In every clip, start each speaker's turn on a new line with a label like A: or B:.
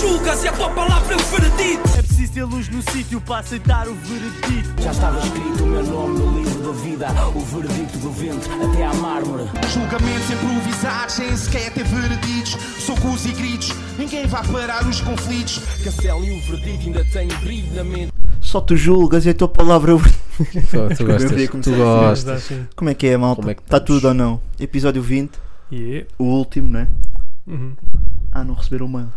A: julgas e a tua palavra é o veredito.
B: É preciso ter luz no sítio para aceitar o veredito.
C: Já estava escrito o meu nome no livro da vida, o veredito do vento até à mármore.
D: Julgamentos improvisados, sem sequer ter vereditos. Socos e gritos, ninguém vai parar os conflitos.
C: Castelo e o veredito ainda têm brilho na mente.
E: Só tu julgas e a tua palavra é o veredito.
F: Só, tu
E: devia
F: gostas, tu
E: começar
F: gostas.
B: Assim.
E: Como é que é, malta?
F: Como é que
E: Está
F: estamos?
E: tudo ou não? Episódio 20,
B: Yeah.
E: o último, né?
B: Uhum.
E: Ah, não receberam o mail.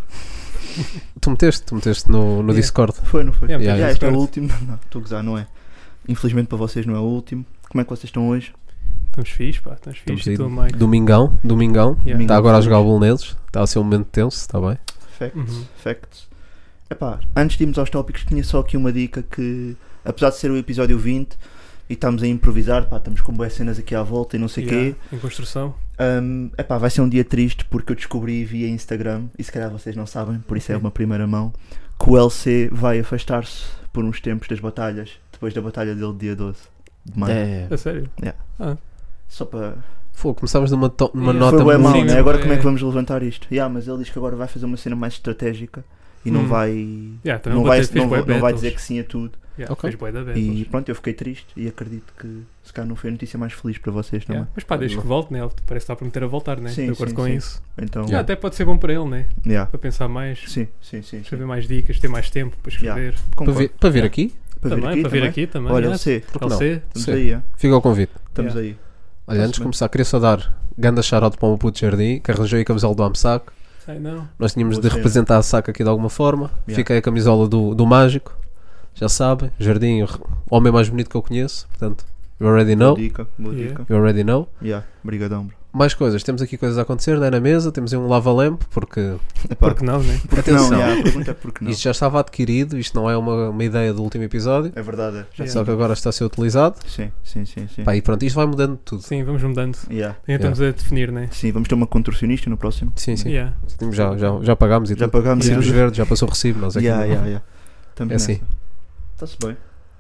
F: Tu meteste, tu meteste no, no
B: Yeah.
F: Discord.
E: Foi, não foi?
B: Yeah,
E: já,
F: yeah,
E: este é o
B: claro.
E: último. Não, estou a gozar, não é? Infelizmente para vocês não é o último. Como é que vocês estão hoje?
B: Estamos fixe, pá. Estamos
F: Estamos
B: fixe.
F: aí.
B: Estou mais.
F: Domingão, domingão. Está
B: Yeah.
E: Domingo.
F: agora a jogar o bolo neles. Está a ser um momento tenso, está bem?
E: Facts,
B: Uhum.
E: facts. Epá, antes de irmos aos tópicos, tinha só aqui uma dica que, apesar de ser o episódio 20 e estamos a improvisar, pá, estamos com boas cenas aqui à volta e não sei o quê.
B: Yeah, Em construção.
E: Hum, epá, vai ser um dia triste porque eu descobri via Instagram, e se calhar vocês não sabem, por isso é uma primeira mão, que o LC vai afastar-se por uns tempos das batalhas, depois da batalha dele dia 12 de maio.
F: É.
B: A sério.
E: Só para.
F: Pô, começámos numa, to- numa
B: Yeah.
F: nota
E: Foi bué
F: muito-
E: mal,
B: Sim,
E: né? Agora
B: é.
E: como é que vamos levantar isto? Yeah, mas ele diz que agora vai fazer uma cena mais estratégica e não
B: Hum.
E: vai.
B: Yeah, também
E: Não
B: o
E: vai,
B: Batman fez
E: não,
B: bué
E: vai- não vai
B: battles.
E: dizer que sim a tudo.
B: Yeah,
F: Ok.
B: Fez bué da
E: E
B: battles.
E: pronto, eu fiquei triste e acredito que se calhar não foi a notícia mais feliz para vocês é? também.
B: Yeah. Mas pá, desde que volte, né? Ele parece que está a prometer a voltar, né?
E: Sim,
B: De acordo
E: sim,
B: com
E: sim.
B: isso.
E: Então,
B: Yeah, até pode ser bom para ele, né?
E: yeah.
B: Para pensar mais,
E: sim, sim, sim. sim.
B: escrever mais dicas, ter mais tempo para
E: Yeah.
B: escrever.
F: Para
E: Concordo.
F: vir, para vir aqui,
E: Para vir
B: também,
E: aqui
B: para vir
E: também.
B: aqui também.
E: Olha,
B: yeah.
E: você,
F: porque não?
B: LC.
E: estamos
F: Sim.
E: aí, é?
F: Fica o convite.
E: estamos aí.
F: Olha, antes
E: Tá-se
F: de
E: bem.
F: começar, queria só dar ganda shout-out para o Maputo Jardim, que arranjou aí a camisola do AMSAC.
B: Ai, não.
F: Nós tínhamos
E: Boa
F: de
E: cena.
F: representar a SAC aqui de alguma forma.
E: Yeah.
F: Fica aí a camisola do, do Mágico, já sabem. Jardim, o re- homem mais bonito que eu conheço. Portanto, you already know.
E: Boa dica, boa
B: Yeah.
E: dica.
F: You already know.
E: Yeah, brigadão, bro.
F: Mais coisas, temos aqui coisas a acontecer, não é na mesa, temos aí um lava-lempo, porque
E: Epá,
B: Porque não, né?
E: porque não,
F: atenção.
E: yeah, a pergunta é porque não.
F: isto já estava adquirido, isto não é uma, uma ideia do último episódio,
E: É verdade, é. já
B: Yeah.
F: só que agora está a ser utilizado.
E: Sim, sim, sim, sim.
F: Pá, e pronto, isto vai mudando tudo.
B: Sim, vamos mudando.
E: Yeah.
B: Ainda estamos a definir, né?
E: Sim, vamos ter uma contorcionista no próximo.
F: Sim, sim.
B: Yeah.
F: Tipo, Já, já, já pagámos e
E: Já
F: tudo.
E: pagámos
F: Recibos
E: tudo.
F: verdes, já passou o recibo, nós aqui.
E: Yeah,
F: não-
E: yeah, yeah. Estamos
F: É assim.
E: Está-se bem.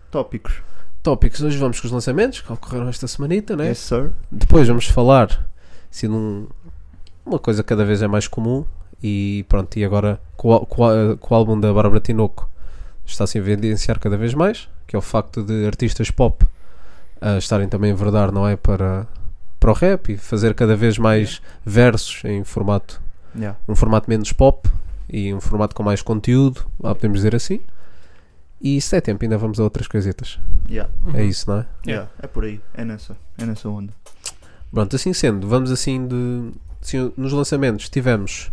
E: Tópicos.
F: Tópicos, hoje vamos com os lançamentos que ocorreram esta semanita, né?
E: Yes, sir.
F: Depois vamos falar se num, uma coisa que cada vez é mais comum e pronto, e agora com, o al- com o al- com o álbum da Bárbara Tinoco está-se a evidenciar cada vez mais, que é o facto de artistas pop ah, estarem também a verdade, não é, para, para o rap e fazer cada vez mais versos em formato,
E: Yeah.
F: um formato menos pop e um formato com mais conteúdo, lá podemos dizer assim. E se é tempo, ainda vamos a outras coisitas.
E: Yeah.
F: É
B: Uhum.
F: isso, não é?
E: Yeah. É por aí. É nessa. É nessa onda.
F: Pronto, assim sendo, vamos assim de. assim, nos lançamentos tivemos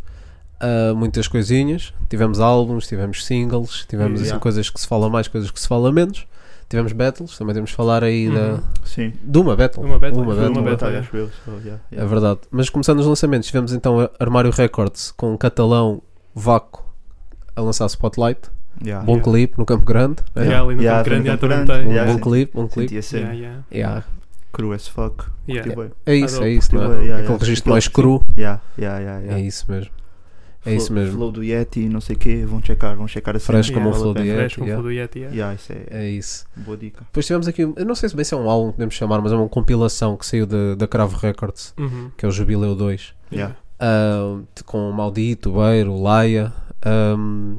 F: ah, muitas coisinhas, tivemos álbuns, tivemos singles, tivemos assim
E: Yeah.
F: coisas que se fala mais, coisas que se fala menos, tivemos battles, também temos de falar aí da,
B: Uhum.
E: Sim.
F: de uma battle.
B: Uma battle,
F: Uma
B: foi
F: battle,
B: uma battle.
E: acho eu. so, yeah,
F: é
E: yeah.
F: verdade. Mas começando nos lançamentos, tivemos então a Armário Records com o Catalão Vaco a lançar Spotlight,
E: Yeah.
F: bom
B: Yeah.
F: clipe no Campo Grande, né?
B: Yeah, ali no
E: Yeah,
B: Campo Grande,
E: no
B: já
E: Campo
B: também
E: Grande.
B: tem.
F: um
E: Yeah,
F: bom
E: sim.
F: clipe, bom clipe.
E: Sentia ser
B: Yeah, yeah.
F: Yeah.
E: cru as fuck.
B: Yeah.
E: Curti bué.
F: É isso, é
B: Adoro,
F: isso, não é?
E: curti bué, yeah,
F: Aquele
E: yeah.
F: registro mais
E: Sim.
F: cru,
E: Yeah, yeah, yeah, yeah.
F: é isso mesmo. É
E: Flow-
F: isso mesmo.
E: Flow do Yeti, não sei o quê, vão checar, vão checar a cena.
F: Fresco como um
E: Vale a
F: flow do
E: pena.
F: Yeti.
B: Fresh, com
F: yeah.
B: o do Yeti, yeah.
E: Yeah, isso é,
F: É isso.
E: boa dica.
F: Depois tivemos aqui, eu não sei se bem se é um álbum que podemos chamar, mas é uma compilação que saiu da da Cravo Records,
B: Uhum.
F: que é o Jubileu 2,
E: Yeah.
F: ah, de- com o Maldito, o Beiro, o Laia. ahm,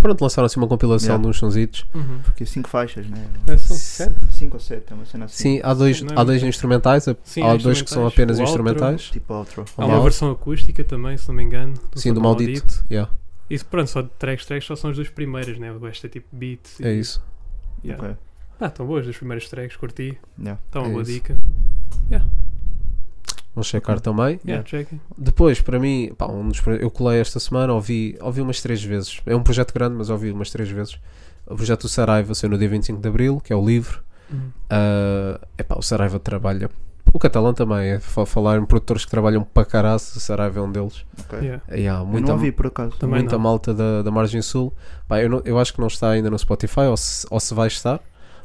F: pronto, lançaram assim uma compilação
E: Yeah.
F: de uns sonzitos.
B: Uhum.
E: Porque 5 faixas, né?
B: É só sete?
E: 5 ou 7, é uma cena assim.
F: Sim, há dois,
B: Não é
F: há dois instrumentais, há
B: Sim, há
F: dois que são
B: instrumentais.
F: apenas
B: O outro-
F: instrumentais.
E: Tipo outro.
B: Há
F: Ao
B: uma
F: mal-
B: versão acústica também, se não me engano.
F: Sim,
B: som
F: do Maldito. yeah,
B: Isso, pronto, só de tracks, tracks só são as duas primeiras, né? O resto é tipo beat. e-
F: é isso.
B: Yeah.
E: Ok.
B: Ah, estão boas, as primeiras tracks, curti.
E: Yeah.
B: Está uma
F: É
B: boa
F: isso.
B: dica.
F: Vamos checar também.
B: Yeah,
E: Yeah.
B: check.
F: Depois, para mim, pá, um dos pro- eu colei esta semana, ouvi, ouvi umas três vezes. É um projeto grande, mas ouvi umas três vezes. O projeto Saraiva saiu no dia 25 de Abril, que é o livro.
B: Uhum.
F: Ah, epá, o Saraiva trabalha. O catalão também, é fa- falar em produtores que trabalham para caraço, o Saraiva é um deles.
E: Ok.
B: Yeah.
F: E há
E: Eu
F: muita,
E: não ouvi por acaso.
B: Também
F: muita
B: não.
F: malta da, da Margem Sul. Pá, eu, não- eu acho que não está ainda no Spotify, ou se, ou se vai estar,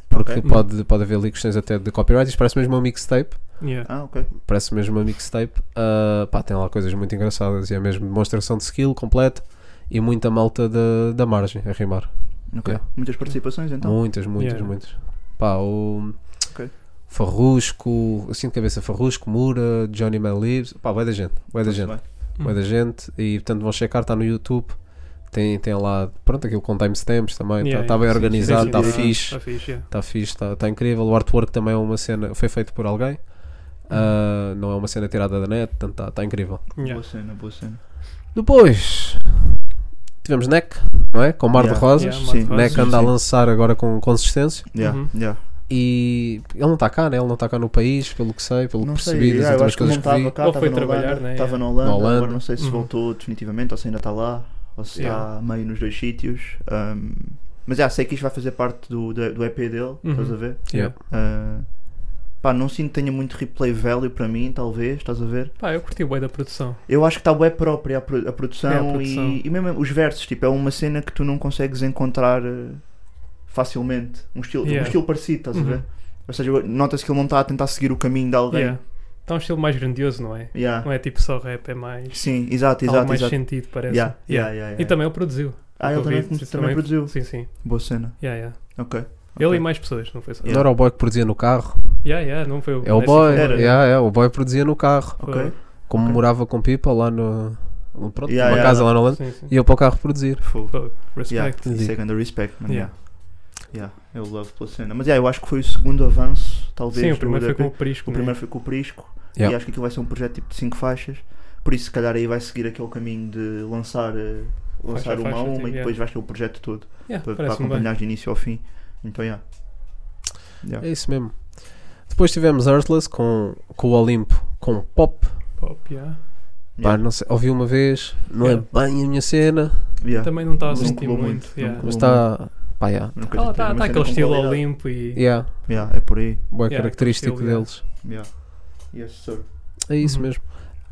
F: porque
E: Ok.
F: pode, pode haver ali questões até de copyright. Isto parece mesmo uma mixtape.
B: Yeah.
E: Ah, ok.
F: Parece mesmo uma mixtape. Ah, pá, tem lá coisas muito engraçadas e é mesmo demonstração de skill completa. E muita malta da, da margem a rimar.
E: Ok.
F: Yeah.
E: Muitas participações então?
F: Muitas, muitas,
B: Yeah.
F: muitas. Pá, o
E: Ok.
F: Farrusco, assim de cabeça, Farrusco, Mura, Johnny Man Lives, pá, vai da gente, vai da
E: Tá-se
F: gente,
B: Hum. Uhum.
E: bem.
F: vai da gente. E portanto vão checar, está no tá YouTube, Tem, tem lá, pronto, aquilo com timestamps também, está
B: Yeah,
F: tá
B: yeah,
F: bem
B: sim, sim,
F: organizado,
B: sim,
F: está
B: sim,
E: yeah.
F: fixe.
B: Está fixe, yeah.
F: Está fixe, está tá incrível. O artwork também é uma cena. Foi feito por alguém.
B: Hum.
F: Ah, não é uma cena tirada da net, portanto está tá incrível.
B: Yeah.
E: Boa cena, boa cena.
F: Depois tivemos NEC, não é? Com Mar de
E: Yeah.
F: Rosas.
B: Yeah, Mar
E: sim,
B: de
E: né,
B: Rosas.
F: NEC anda a
E: sim.
F: lançar agora com consistência.
E: Yeah,
B: Uhum.
E: yeah.
F: E ele não está cá, né? Ele não está cá no país, pelo que sei, pelo
E: Não
F: que
E: sei,
F: percebi das
E: yeah, eu
F: outras
E: acho que não
F: coisas que vi.
E: estava cá,
B: Ou foi
E: estava na
B: trabalhar,
E: Holanda,
B: né,
E: estava
B: yeah.
E: na Holanda,
F: Na Holanda.
E: agora não sei se
B: Uhum.
E: voltou definitivamente ou se ainda está lá, ou se
B: Yeah.
E: está meio nos dois sítios. Um, mas já sei que isto vai fazer parte do, do, do EP dele,
B: Uhum.
E: estás a ver?
F: Yeah.
E: Uh, pá, não sinto que tenha muito replay value para mim, talvez, estás a ver?
B: Pá, eu curti o da produção.
E: Eu acho que está web própria a, pro- a produção,
B: É, a produção.
E: E, e mesmo os versos, tipo, é uma cena que tu não consegues encontrar eh, facilmente. Um estilo, um
B: Yeah.
E: estilo parecido, estás a ver?
B: Uhum.
E: Ou seja, nota-se que ele não está a tentar seguir o caminho de alguém.
B: Yeah. Está um estilo mais grandioso, não é?
E: Yeah.
B: Não é tipo só rap, é mais.
E: Sim, exato,
B: Há
E: exato,
B: mais
E: exato.
B: sentido, parece.
E: Yeah,
B: Yeah.
E: yeah, yeah, yeah.
B: E também ele produziu.
E: Ah, ele
B: Eu vi,
E: também,
B: isso
E: também produziu.
B: Sim, sim.
E: Boa cena.
B: Yeah, yeah.
E: Ok.
B: Ele
E: Ok.
B: e mais pessoas, não foi só.
F: Não era o boy que produzia no carro.
B: Yeah, yeah, não foi o.
F: É o
B: Messi,
F: boy.
B: foi o
E: Era.
F: yeah, é, o boy produzia no carro.
E: Ok.
B: Foi.
F: Como
E: Ok.
F: morava com Pipa lá no. Pronto,
E: Yeah,
F: numa
E: yeah,
F: casa
E: yeah.
F: lá na Holanda.
B: Sim, sim.
F: E eu para o carro produzir.
E: Fogo.
B: Pô, Respect.
F: Yeah.
E: Second respect, man.
B: Yeah.
E: Yeah. yeah. Eu love pela cena. Mas yeah, eu acho que foi o segundo avanço, talvez.
B: Sim, o
E: do
B: primeiro foi
E: DP.
B: com o Prisco.
E: O
B: né?
E: primeiro foi com o Prisco.
F: Yeah.
E: E acho que aquilo vai ser um projeto tipo de 5 faixas. Por isso, se calhar, aí vai seguir aquele caminho de lançar, eh, lançar
B: Faixa a
E: uma a
B: faixa,
E: uma
B: tipo,
E: e
B: yeah.
E: depois vais ter o projeto todo
B: Yeah,
E: para, para
B: parece-me bem.
E: acompanhar de início ao fim. Então, yeah. Yeah.
F: É isso mesmo. Depois tivemos Earthless com, com o Olimpo, com Pop.
B: Pop, yeah.
F: Pá,
E: Yeah.
F: não sei, ouvi uma vez, não
B: Yeah.
F: é bem a minha cena,
E: Yeah.
B: Também não estava a
E: Não
B: sentir
E: colou
B: muito.
E: muito, não
B: yeah.
E: colou.
F: mas está. Pá, yeah.
E: Nunca
B: Ah, tá,
E: tive uma
B: tá
E: cena
B: aquele
E: com
B: estilo
E: qualidade.
B: Olimpo e.
F: Yeah,
E: Yeah, é por aí.
F: boa
B: Yeah,
F: característico
B: aquele estilo,
F: deles.
E: Yeah. Yes, sir.
F: É isso
B: Uhum.
F: mesmo.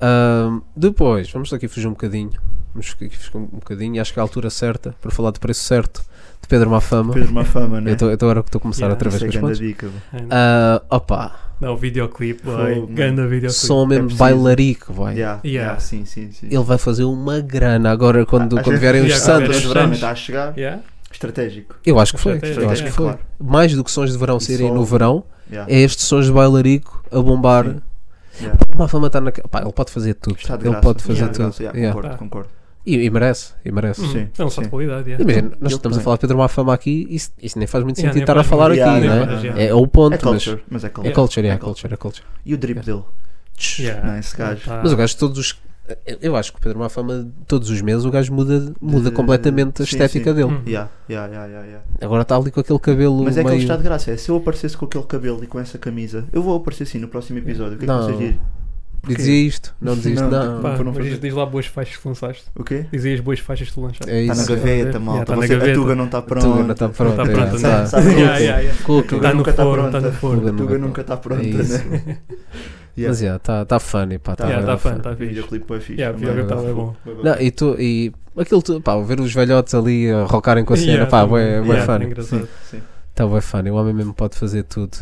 F: Ahm, depois, vamos aqui fugir um bocadinho. Vamos aqui fugir um bocadinho. Acho que é a altura certa para falar de preço certo de Pedro Mafama.
E: Pedro Mafama, né?
F: Eu tô- eu tô- agora que estou a começar
B: Yeah.
F: outra vez
E: Isso é
F: com as
E: grande
F: contas.
E: dica. bro.
B: And-
F: Ah, opa,
B: Não, o videoclipe, boy.
E: Fogo, mano.
B: Ganda videoclipe.
F: som mesmo
E: preciso.
F: bailarico, vai.
E: Yeah,
B: Yeah.
E: yeah, sim, sim, sim.
F: Ele vai fazer uma grana agora quando,
E: Às
F: quando
E: vezes-
F: vierem os
B: Yeah, quando
F: Santos.
B: vierem os
E: verão, está a chegar.
B: Yeah?
E: Estratégico.
F: Eu acho que foi.
B: Estratégia,
F: Eu acho que
B: é.
F: foi.
E: Claro.
F: Mais do que sons de verão serem
E: só-
F: no verão,
E: Yeah.
F: é estes sons de bailarico a bombar.
E: Sim. Yeah.
F: Uma fama está na. ca- Pá, ele pode fazer tudo.
E: Está de
F: Ele
E: graça.
F: pode fazer
E: Está de
F: tudo.
E: graça, yeah,
F: Yeah.
E: Concordo,
B: Ah.
E: concordo.
F: E, e merece, e merece.
B: Uhum.
E: Sim,
B: Não, só de
E: sim.
B: qualidade. Yeah.
F: Imagina, nós
E: Ele
F: estamos a
E: também.
F: falar de Pedro Mafama aqui, isso, isso nem faz muito
B: Yeah,
F: sentido
B: nem
F: estar a
B: faz
F: falar
B: muito-
F: aqui,
E: Yeah,
F: né?
E: não, não, não.
F: É, é o ponto,
E: É
F: mas.
E: culture, mas é
F: É
E: culture.
F: culture, yeah,
E: É
F: é culture, é culture.
E: E o drip dele?
B: Yeah.
E: Não, esse gajo.
B: Tá.
F: Mas o gajo, todos os. eu- Eu acho que o Pedro Mafama, todos os meses, o gajo muda, muda
E: De-
F: completamente a
E: sim,
F: estética
E: sim.
F: dele.
B: Hum.
E: Yeah, yeah, yeah, yeah, yeah.
F: Agora está ali com aquele cabelo.
E: Mas é que
F: meio...
E: ele está de graça. é, Se eu aparecesse com aquele cabelo e com essa camisa, eu vou aparecer sim no próximo episódio. O que é que
F: Não.
E: vocês dizem? Porquê?
F: Dizia isto, não dizia isto,
E: Não,
F: não.
E: tipo,
B: Pá,
E: para não
B: mas diz,
E: fazer.
B: diz lá boas faixas que lançaste.
E: O quê?
B: Dizia as boas faixas que tu lançaste.
F: É
E: Está na
F: isso.
E: gaveta,
B: Yeah,
E: malta.
B: tá na
E: Você- A
B: gaveta.
E: Tuga não está
F: A
E: pronta.
F: Tuga não está pronta.
B: Tá pronta,
F: yeah,
B: né?
F: tá.
E: Sabe
B: Yeah, yeah, yeah.
F: Com o que-
E: Tuga
B: Tá no
E: nunca tá
B: forno,
E: pronta.
B: tá no forno.
E: A Tuga
F: Tuga
E: nunca está
F: É
E: pronta,
F: isso.
E: né? Yeah.
F: Mas yeah, tá, tá funny, pá. Tá,
E: Yeah,
B: tá
F: bué
B: fun,
F: funny.
B: tá
E: O
B: fixe.
E: videoclipe foi fixe.
B: Yeah, o
E: também.
B: videoclipe tava bom.
E: Foi bom.
F: Não, e tu, e aquilo tu, pá, ver os velhotes ali a rockarem com a cena,
B: Yeah,
F: pá,
B: tá-
F: bué, bué
B: yeah, tá
F: funny.
B: engraçado.
E: Sim.
F: Tá bué funny, o homem mesmo pode fazer tudo.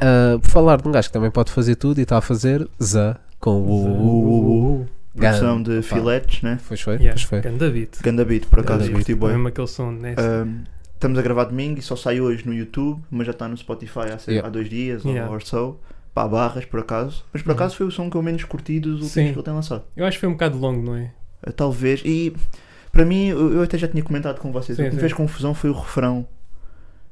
F: Ah, por falar de um gajo que também pode fazer tudo e está a fazer, Zá, com o...
E: Uh, uh, uh, uh.
F: Ganda,
E: Produção de
F: pá.
E: filetes, né?
F: Pois foi,
B: Yeah,
F: pois foi.
B: Ganda beat.
E: Ganda beat, por acaso,
F: Ganda
E: curti
B: Foi
E: bem.
B: mesmo aquele som, né?
E: Um, estamos a gravar domingo e só sai hoje no YouTube, mas já está no Spotify há, se-
F: Yeah.
E: há dois dias
B: Yeah.
E: ou or so. Pá, barras, por acaso. Mas por
B: Uhum.
E: acaso foi o som que eu menos curti dos últimos
B: Sim.
E: que ele tem lançado.
B: Eu acho que foi um bocado longo, não é?
E: Uh, Talvez. E para mim, eu eu até já tinha comentado com vocês,
B: Sim,
E: o que me
B: sim.
E: fez confusão foi o refrão.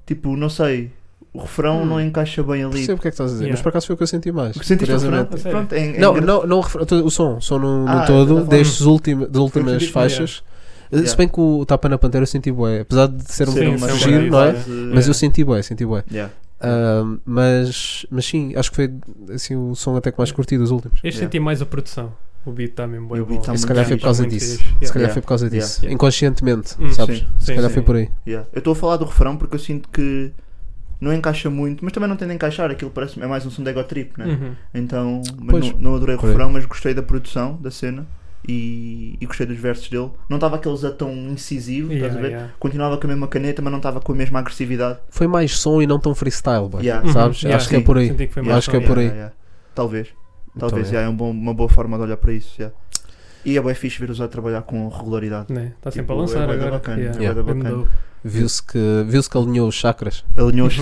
E: Tipo, não sei, o refrão não encaixa bem ali.
F: Hum. Percebo o que é que estás a dizer,
B: Yeah.
F: mas por acaso foi o que eu senti mais.
E: O que sentiste o refrão?
F: curiosamente.
B: Sério?
E: Pronto, é, é
F: Não,
E: engra-
F: não, não refre- o som, o som no, no
E: Ah, eu
F: todo,
E: tava-
F: destes últimos, das últimas
E: senti-
F: faixas. Eh,
E: yeah.
F: Se bem que o Tapa na Pantera eu senti bué, apesar de ser um
B: Sim,
F: filme
B: sim,
F: fugir,
B: sim.
F: não é?
B: Yeah.
F: Mas eu senti bué, senti bué.
E: Yeah.
F: Ahm, mas, mas sim, acho que foi assim, o som até que mais curti dos últimos.
B: Este
E: Yeah.
B: senti mais a produção. O beat está mesmo bem
E: E o
B: bom.
E: beat tá
F: E se
E: muito
F: calhar foi
E: fixe,
F: por causa
B: muito
F: disso.
B: fixe.
F: Se
B: Yeah.
F: calhar
E: Yeah.
F: foi por causa
E: Yeah.
F: disso.
B: Yeah.
F: Inconscientemente,
B: Hum.
F: sabes?
E: Sim,
F: se
B: sim,
F: calhar
B: sim.
F: foi por aí.
E: Yeah. Eu estou a falar do refrão porque eu sinto que não encaixa muito, mas também não tem de encaixar, aquilo parece é mais um som de ego trip, né?
B: Uhum.
E: Então, mas
F: Pois.
E: não, não adorei o
F: Por aí.
E: refrão, mas gostei da produção da cena e, e gostei dos versos dele. Não estava aquele zé tão incisivo, estás a
B: Yeah,
E: ver?
B: yeah.
E: Continuava com a mesma caneta, mas não estava com a mesma agressividade.
F: Foi mais som e não tão freestyle, boy.
E: Yeah.
B: Uhum.
F: sabes?
B: Yeah.
F: Acho que é
E: Sim.
F: por aí.
B: Senti que foi
F: Eu
B: mais
F: acho que é
B: só-
F: por aí.
E: Talvez.
F: Então,
E: Talvez, yeah,
F: yeah.
E: é um bom- uma boa forma de olhar para isso. yeah. E é bem fixe ver-os a trabalhar com regularidade.
B: né? Está sempre
E: Tipo,
B: a lançar
E: é bué da
B: agora.
E: bacana,
B: Yeah.
E: é bué da
B: mesmo
E: bacana.
B: dope.
F: Viu-se que, viu que alinhou os chakras.
B: Uhum.
E: Alinhou-os.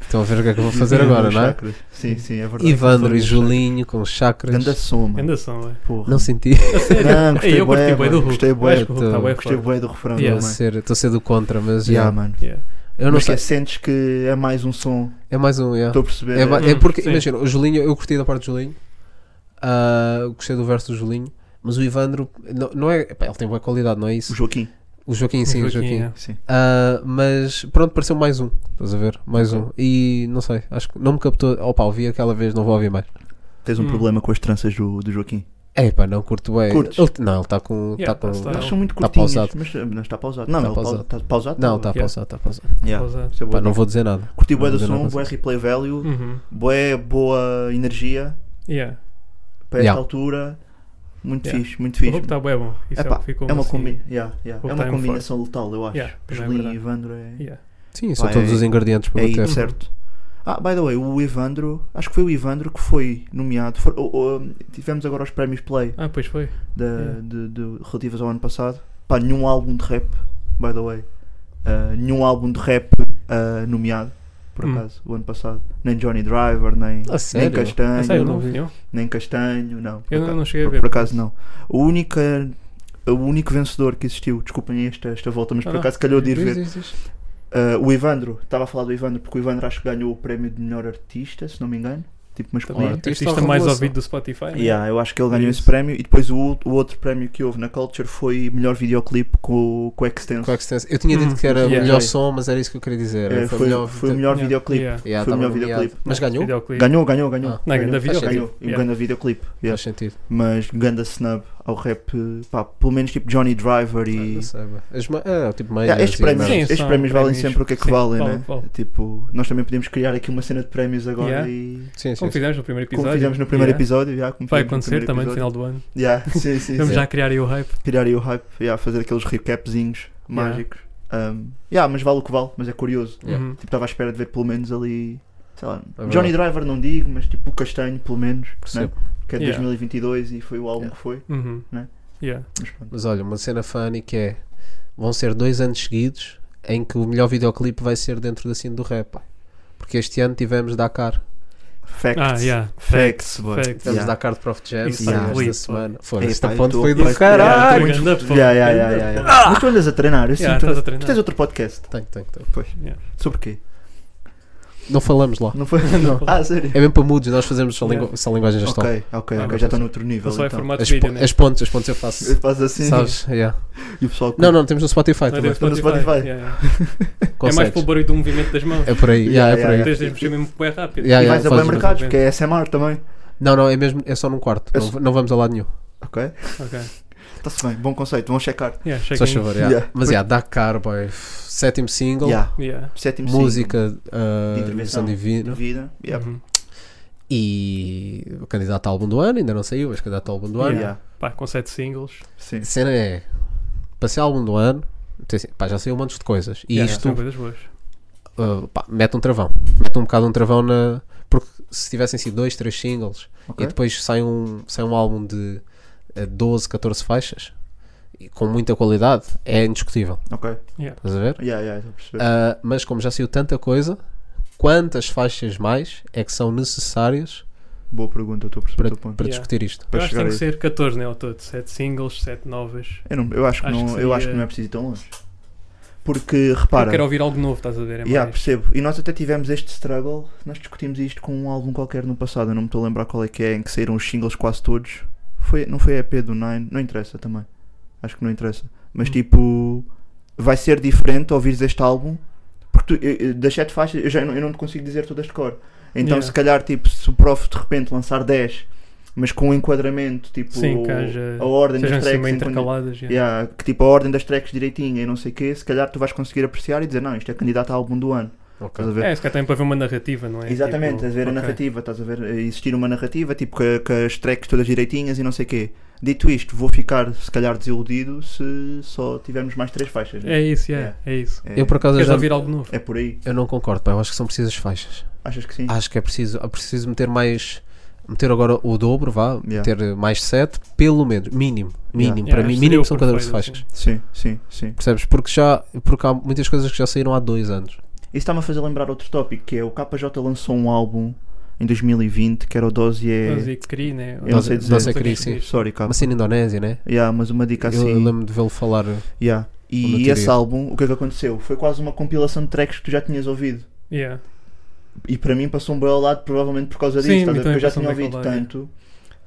F: Estão a ver o que é que eu vou fazer agora, não é?
E: Sim, sim, é Uhum. verdade.
F: Ivandro e
E: Alinhou-os.
F: Julinho com os chakras.
E: Ganda soma.
B: Ainda são, ué.
E: Porra.
F: Não senti.
E: Não, gostei
B: Eu curti
E: bué,
B: bué do
E: mano,
B: Hulk.
E: Gostei
B: Eu
E: bué.
B: acho que o Hulk está
F: tô-
B: bué
E: Gostei
B: forte.
E: bué do refrão,
B: Yeah.
E: yeah,
F: Estou a ser- estou a ser do contra, mas
E: Yeah,
F: yeah.
E: mano.
B: Yeah.
F: eu não
E: Mas
F: sei.
E: que sentes que é mais um som.
F: É mais um. yeah.
E: Estou a perceber.
F: É, ma- é
B: Hum,
F: porque,
B: sim.
F: imagina, o Julinho, eu curti da parte do Julinho, ah, gostei do verso do Julinho, mas o Ivandro, não, não é, epá, ele tem boa qualidade, não é
E: O
F: isso?
E: Joaquim.
F: O Joaquim, sim, o Joaquim.
B: é.
E: Sim.
F: Ah, mas pronto, pareceu mais um, estás a ver? Mais um. E não sei, acho que não me captou. Opa, ouvi aquela vez, não vou ouvir mais.
E: Tens um
B: Hum.
E: problema com as tranças do, do Joaquim.
F: É pá, não curto bem.
E: Curtes?
F: Ele- não, ele está com.
B: Yeah,
F: tá com
B: tá-
E: Elas
B: Não,
E: são muito
F: tá
E: curtinhas.
F: pausado.
E: mas eh, não está pausado. Não,
F: Tá
E: não, ele
F: pausado.
E: está pausado.
F: Não, tá está
B: Yeah.
F: pausado, está pausado.
E: Yeah.
B: Pausado.
E: Isso é
F: Pá,
E: bué
F: não
E: bom.
F: vou dizer nada.
E: Curti bué
F: não
E: do
F: vou dizer
E: som,
F: nada.
E: bué replay value,
B: Uhum.
E: bué boa energia
B: Yeah.
E: para esta
F: Yeah.
E: altura. Muito
B: Yeah.
E: fixe, muito
B: O
E: fixe.
B: Hulk está bué bom. Isso é
E: Epá,
B: o que ficou
E: é uma,
B: assim.
E: combi- yeah, yeah.
B: Hulk
E: É uma
B: tá em
E: combinação letal, eu acho.
B: Yeah, também é
E: Julinho e
B: verdade.
E: Ivandro é,
B: Yeah.
F: Sim, são
E: Pá,
F: todos
E: é-
F: os ingredientes para
E: é
F: bater.
E: isso, certo. Ah, by the way, o Ivandro, acho que foi o Ivandro que foi nomeado. for- o- o- tivemos agora os prémios Play
B: Ah, pois foi.
E: da,
B: Yeah.
E: de, de- relativos ao ano passado. Pá, nenhum álbum de rap, by the way. ah, nenhum álbum de rap ah, nomeado, por
B: Hum.
E: acaso, o ano passado. Nem Johnny Driver, nem,
F: A
E: nem
B: Ah,
F: sério?
B: sério,
E: Castanho,
B: não
F: não vi.
B: vi. Eu
E: nem Castanho, não. por
B: Eu
E: acaso-
B: não cheguei a
E: por,
B: ver.
E: por acaso não. O única. O único vencedor que existiu, desculpem esta, esta volta, mas
B: Ah, é.
E: por
B: não.
E: acaso calhou de ir
F: Diz,
E: ver.
F: diz, diz.
E: Ah, o Ivandro, estava a falar do Ivandro, porque o Ivandro acho que ganhou o prémio de melhor artista, se não me engano, tipo
B: Também
E: masculino.
F: artista
B: artista mais
F: revelação.
B: ouvido do Spotify. né?
E: Yeah, eu acho que ele ganhou esse
B: Isso.
E: prémio e depois o, ul- o outro prémio que houve na Culture foi melhor videoclipe com, o- com o Extense.
F: Com a existência- Eu tinha dito
B: Hum,
F: é que era o
B: yeah.
F: melhor som, mas era isso que eu queria dizer.
E: É, foi, foi o melhor
B: Yeah.
E: videoclipe.
B: Yeah.
F: Yeah,
E: foi o
F: tava
E: melhor
F: nomeado.
E: videoclipe.
F: Mas ganhou?
B: Videoclipe.
E: Ganhou, ganhou, ganhou.
F: Ah.
B: Não,
E: ganhou.
B: ganda videoclipe.
E: Ganhou, e um
B: Yeah.
E: grande videoclipe.
F: Faz
E: Yeah.
F: sentido.
E: Mas ganda snub ao rap, pá, pelo menos tipo Johnny Driver
F: Ah,
E: e.
F: não sei, bem. As ma- ah, tipo meias
E: Yeah, estes
F: e
E: prémios,
F: merdas.
B: Sim,
E: estes
B: são
E: prémios valem
B: prémios-
E: sempre o que é que
B: sim,
E: valem,
B: vale,
E: né?
B: vale.
E: Tipo, nós também podemos criar aqui uma cena de prémios agora
B: Yeah.
E: e.
F: Sim, sim,
B: Como
F: sim.
B: fizemos no primeiro episódio.
E: Como fizemos no primeiro
B: Yeah.
E: episódio, já, como
B: Vai
E: fizemos
B: acontecer também no
E: primeiro
B: final do ano.
E: episódio. Yeah, sim, sim,
B: Vamos
E: sim.
B: já criar aí o hype.
E: Criar aí o hype, yeah, fazer aqueles recapzinhos
B: Yeah.
E: mágicos. Um, yeah, mas vale o que vale, mas é curioso.
F: Yeah.
B: Uhum.
E: Tipo, estava à espera de ver pelo menos ali. Sei lá,
F: É verdade.
E: Johnny Driver não digo, mas tipo o Castanho, pelo menos, né?
F: Percebo.
E: que é de
B: Yeah.
E: 2022 e foi o álbum
F: Yeah.
E: que foi.
B: Uhum.
E: Né?
B: Yeah.
E: Mas pronto.
F: Mas olha, uma cena funny que é: vão ser dois anos seguidos em que o melhor videoclipe vai ser dentro da cena do rap. pá. Porque este ano tivemos Dakar.
E: Facts.
B: Ah, yeah.
E: Facts, boy.
B: Facts.
F: Tivemos
E: Yeah.
F: Dakar de Prof Jam
B: Isso
F: saiu
E: é
F: esta
B: lindo,
F: semana. Foi,
E: Ei,
F: esta
E: pá, eu
F: ponte
E: tô-
F: foi do
E: mas-
F: caralho.
E: Yeah,
B: Ganda
E: tô- yeah, yeah, yeah, yeah, yeah. Mas tu andas a treinar,
B: Ah!
E: eu
B: Yeah,
E: sinto.
B: estás a
E: Tu
B: treinar.
E: tens outro podcast.
F: Tenho, tenho, tenho.
E: Sobre quê?
F: Não falamos lá.
E: Não foi?
B: Não.
E: Ah, sério?
F: É mesmo para mudos, nós fazemos só, lingu só linguagem gestual.
E: Ok, ok,
B: Ah,
E: ok.
B: mas
E: Já está noutro nível.
B: Não só é
E: então.
B: formato
F: As,
B: de vídeo,
F: po-
B: né?
F: as pontes, as pontes eu faço.
E: Faz assim
F: Sabes? Yeah.
E: e o pessoal.
F: Não, não, temos no Spotify
B: Não,
F: também.
E: Spotify.
B: Yeah, yeah. É mais
F: Consegues.
B: pelo barulho do movimento das mãos.
F: É por aí. yeah,
E: Yeah,
F: é por aí.
E: yeah,
B: Tens de mexer mesmo bem rápido.
F: Yeah,
E: E
F: yeah,
E: vais a
F: faz-
E: bem mercados, que é SMR também.
F: Não, não, é mesmo, é só num quarto.
E: É
F: Não,
E: só-
F: não vamos a lado nenhum.
E: Ok?
B: Ok.
E: Está-se bem, bom conceito, vão checar.
B: Yeah,
F: Só
B: check-in.
F: chover, yeah.
E: Yeah.
F: Mas yeah, Dakar, boy. Sétimo single,
E: Yeah.
B: Yeah.
E: Sétimo
F: música, ah,
E: Tipo, De
F: intervenção
E: intervenção.
F: divina.
E: single, vida. Yeah.
B: Uhum.
F: E o candidato ao álbum do ano, ainda não saiu, mas candidato ao álbum do ano.
B: Yeah.
E: Yeah.
B: Pá, com sete singles.
E: Sim.
F: A cena é, para ser álbum do ano, tem- pá, já saiu um monte de coisas. E
B: Yeah,
F: isto
B: São coisas boas.
F: ah, pá, mete um travão. Mete um bocado um travão na. Porque se tivessem sido dois, três singles
E: Ok.
F: E depois sai um, sai um álbum de eh, 12, 14 faixas e com muita qualidade, é indiscutível.
E: Ok.
F: Estás a ver?
E: Yeah, yeah, estou a perceber.
F: Ah, mas como já saiu tanta coisa, quantas faixas mais é que são necessárias
E: Boa pergunta, estou a perceber
F: para,
E: o teu ponto.
F: para
B: Yeah.
F: discutir isto?
E: Para
B: eu acho que
E: chegar
B: tem que
E: aí.
B: ser 14, né? Ao todo. Sete singles, sete novas.
E: Eu, não, eu, acho que
B: Acho
E: não,
B: que
E: eu
B: seria-
E: acho que não é preciso ir tão longe. Porque, repara,
B: Eu quero ouvir algo novo, estás a ver? É
E: yeah,
B: mais-
E: percebo. E nós até tivemos este struggle, nós discutimos isto com um álbum qualquer no passado, eu não me estou a lembrar qual é que é, em que saíram os singles quase todos. Foi, não foi a EP do Nine, não interessa também. Acho que não interessa. Mas
B: Hum.
E: tipo, vai ser diferente ouvires este álbum, porque tu, eu- eu- das sete faixas eu, já, não- eu não te consigo dizer todas de cor. Então
B: Yeah.
E: se calhar tipo, se o prof de repente lançar 10, mas com um enquadramento, tipo,
B: Sim, que haja-
E: a ordem das
B: Sejam assim
E: tracks
B: meio
E: em condi-
B: intercaladas. yeah.
E: Yeah, que tipo a ordem das tracks direitinha e não sei o quê, se calhar tu vais conseguir apreciar e dizer não, isto é candidato a álbum do ano. Estás a ver?
B: É, se calhar também para ver uma narrativa, não é?
E: Exatamente,
B: Tipo,
E: estás a ver
B: ok.
E: a narrativa, estás a ver eh, existir uma narrativa tipo que, que as tracks todas direitinhas e não sei o quê. Dito isto, vou ficar se calhar desiludido se só tivermos mais três faixas. né?
B: É isso, yeah, é isso.
E: É,
F: Eu por acaso eu
B: Queres
F: já,
B: ouvir algo novo?
E: é por aí,
F: eu não concordo, pá, eu acho que são precisas faixas.
E: achas que sim?
F: Acho que é preciso, é preciso meter mais meter agora o dobro, vá,
E: Yeah.
F: ter mais 7, pelo menos, mínimo, mínimo,
B: Yeah,
F: para mim,
B: seria
F: mínimo
B: o
F: são 14
B: perfeito,
F: faixas.
E: Sim, sim, sim.
F: Percebes? Porque já porque há muitas coisas que já saíram há dois anos.
E: Isso está-me a fazer lembrar outro tópico, que é o KJ lançou um álbum em 2020, que era o 12 é...
B: Mas e cri, né?
E: Eu não sei dizer.
F: Não sei querer, sim.
E: Sorry, K.
F: Uma cena indonésia, né?
E: Yeah, mas uma dica
F: Eu
E: assim...
F: lembro de vê-lo falar.
E: Yeah.
F: Ou na
E: E
F: teoria.
E: esse álbum, o que é que aconteceu? Foi quase uma compilação de tracks que tu já tinhas ouvido.
B: Yeah.
E: E para mim passou um bem ao lado, provavelmente por causa disso,
B: Sim,
E: estás a ver?
B: também
E: porque eu já
B: passou
E: tinha
B: um bem ao
E: ouvido
B: lado, Uhum.
E: tanto.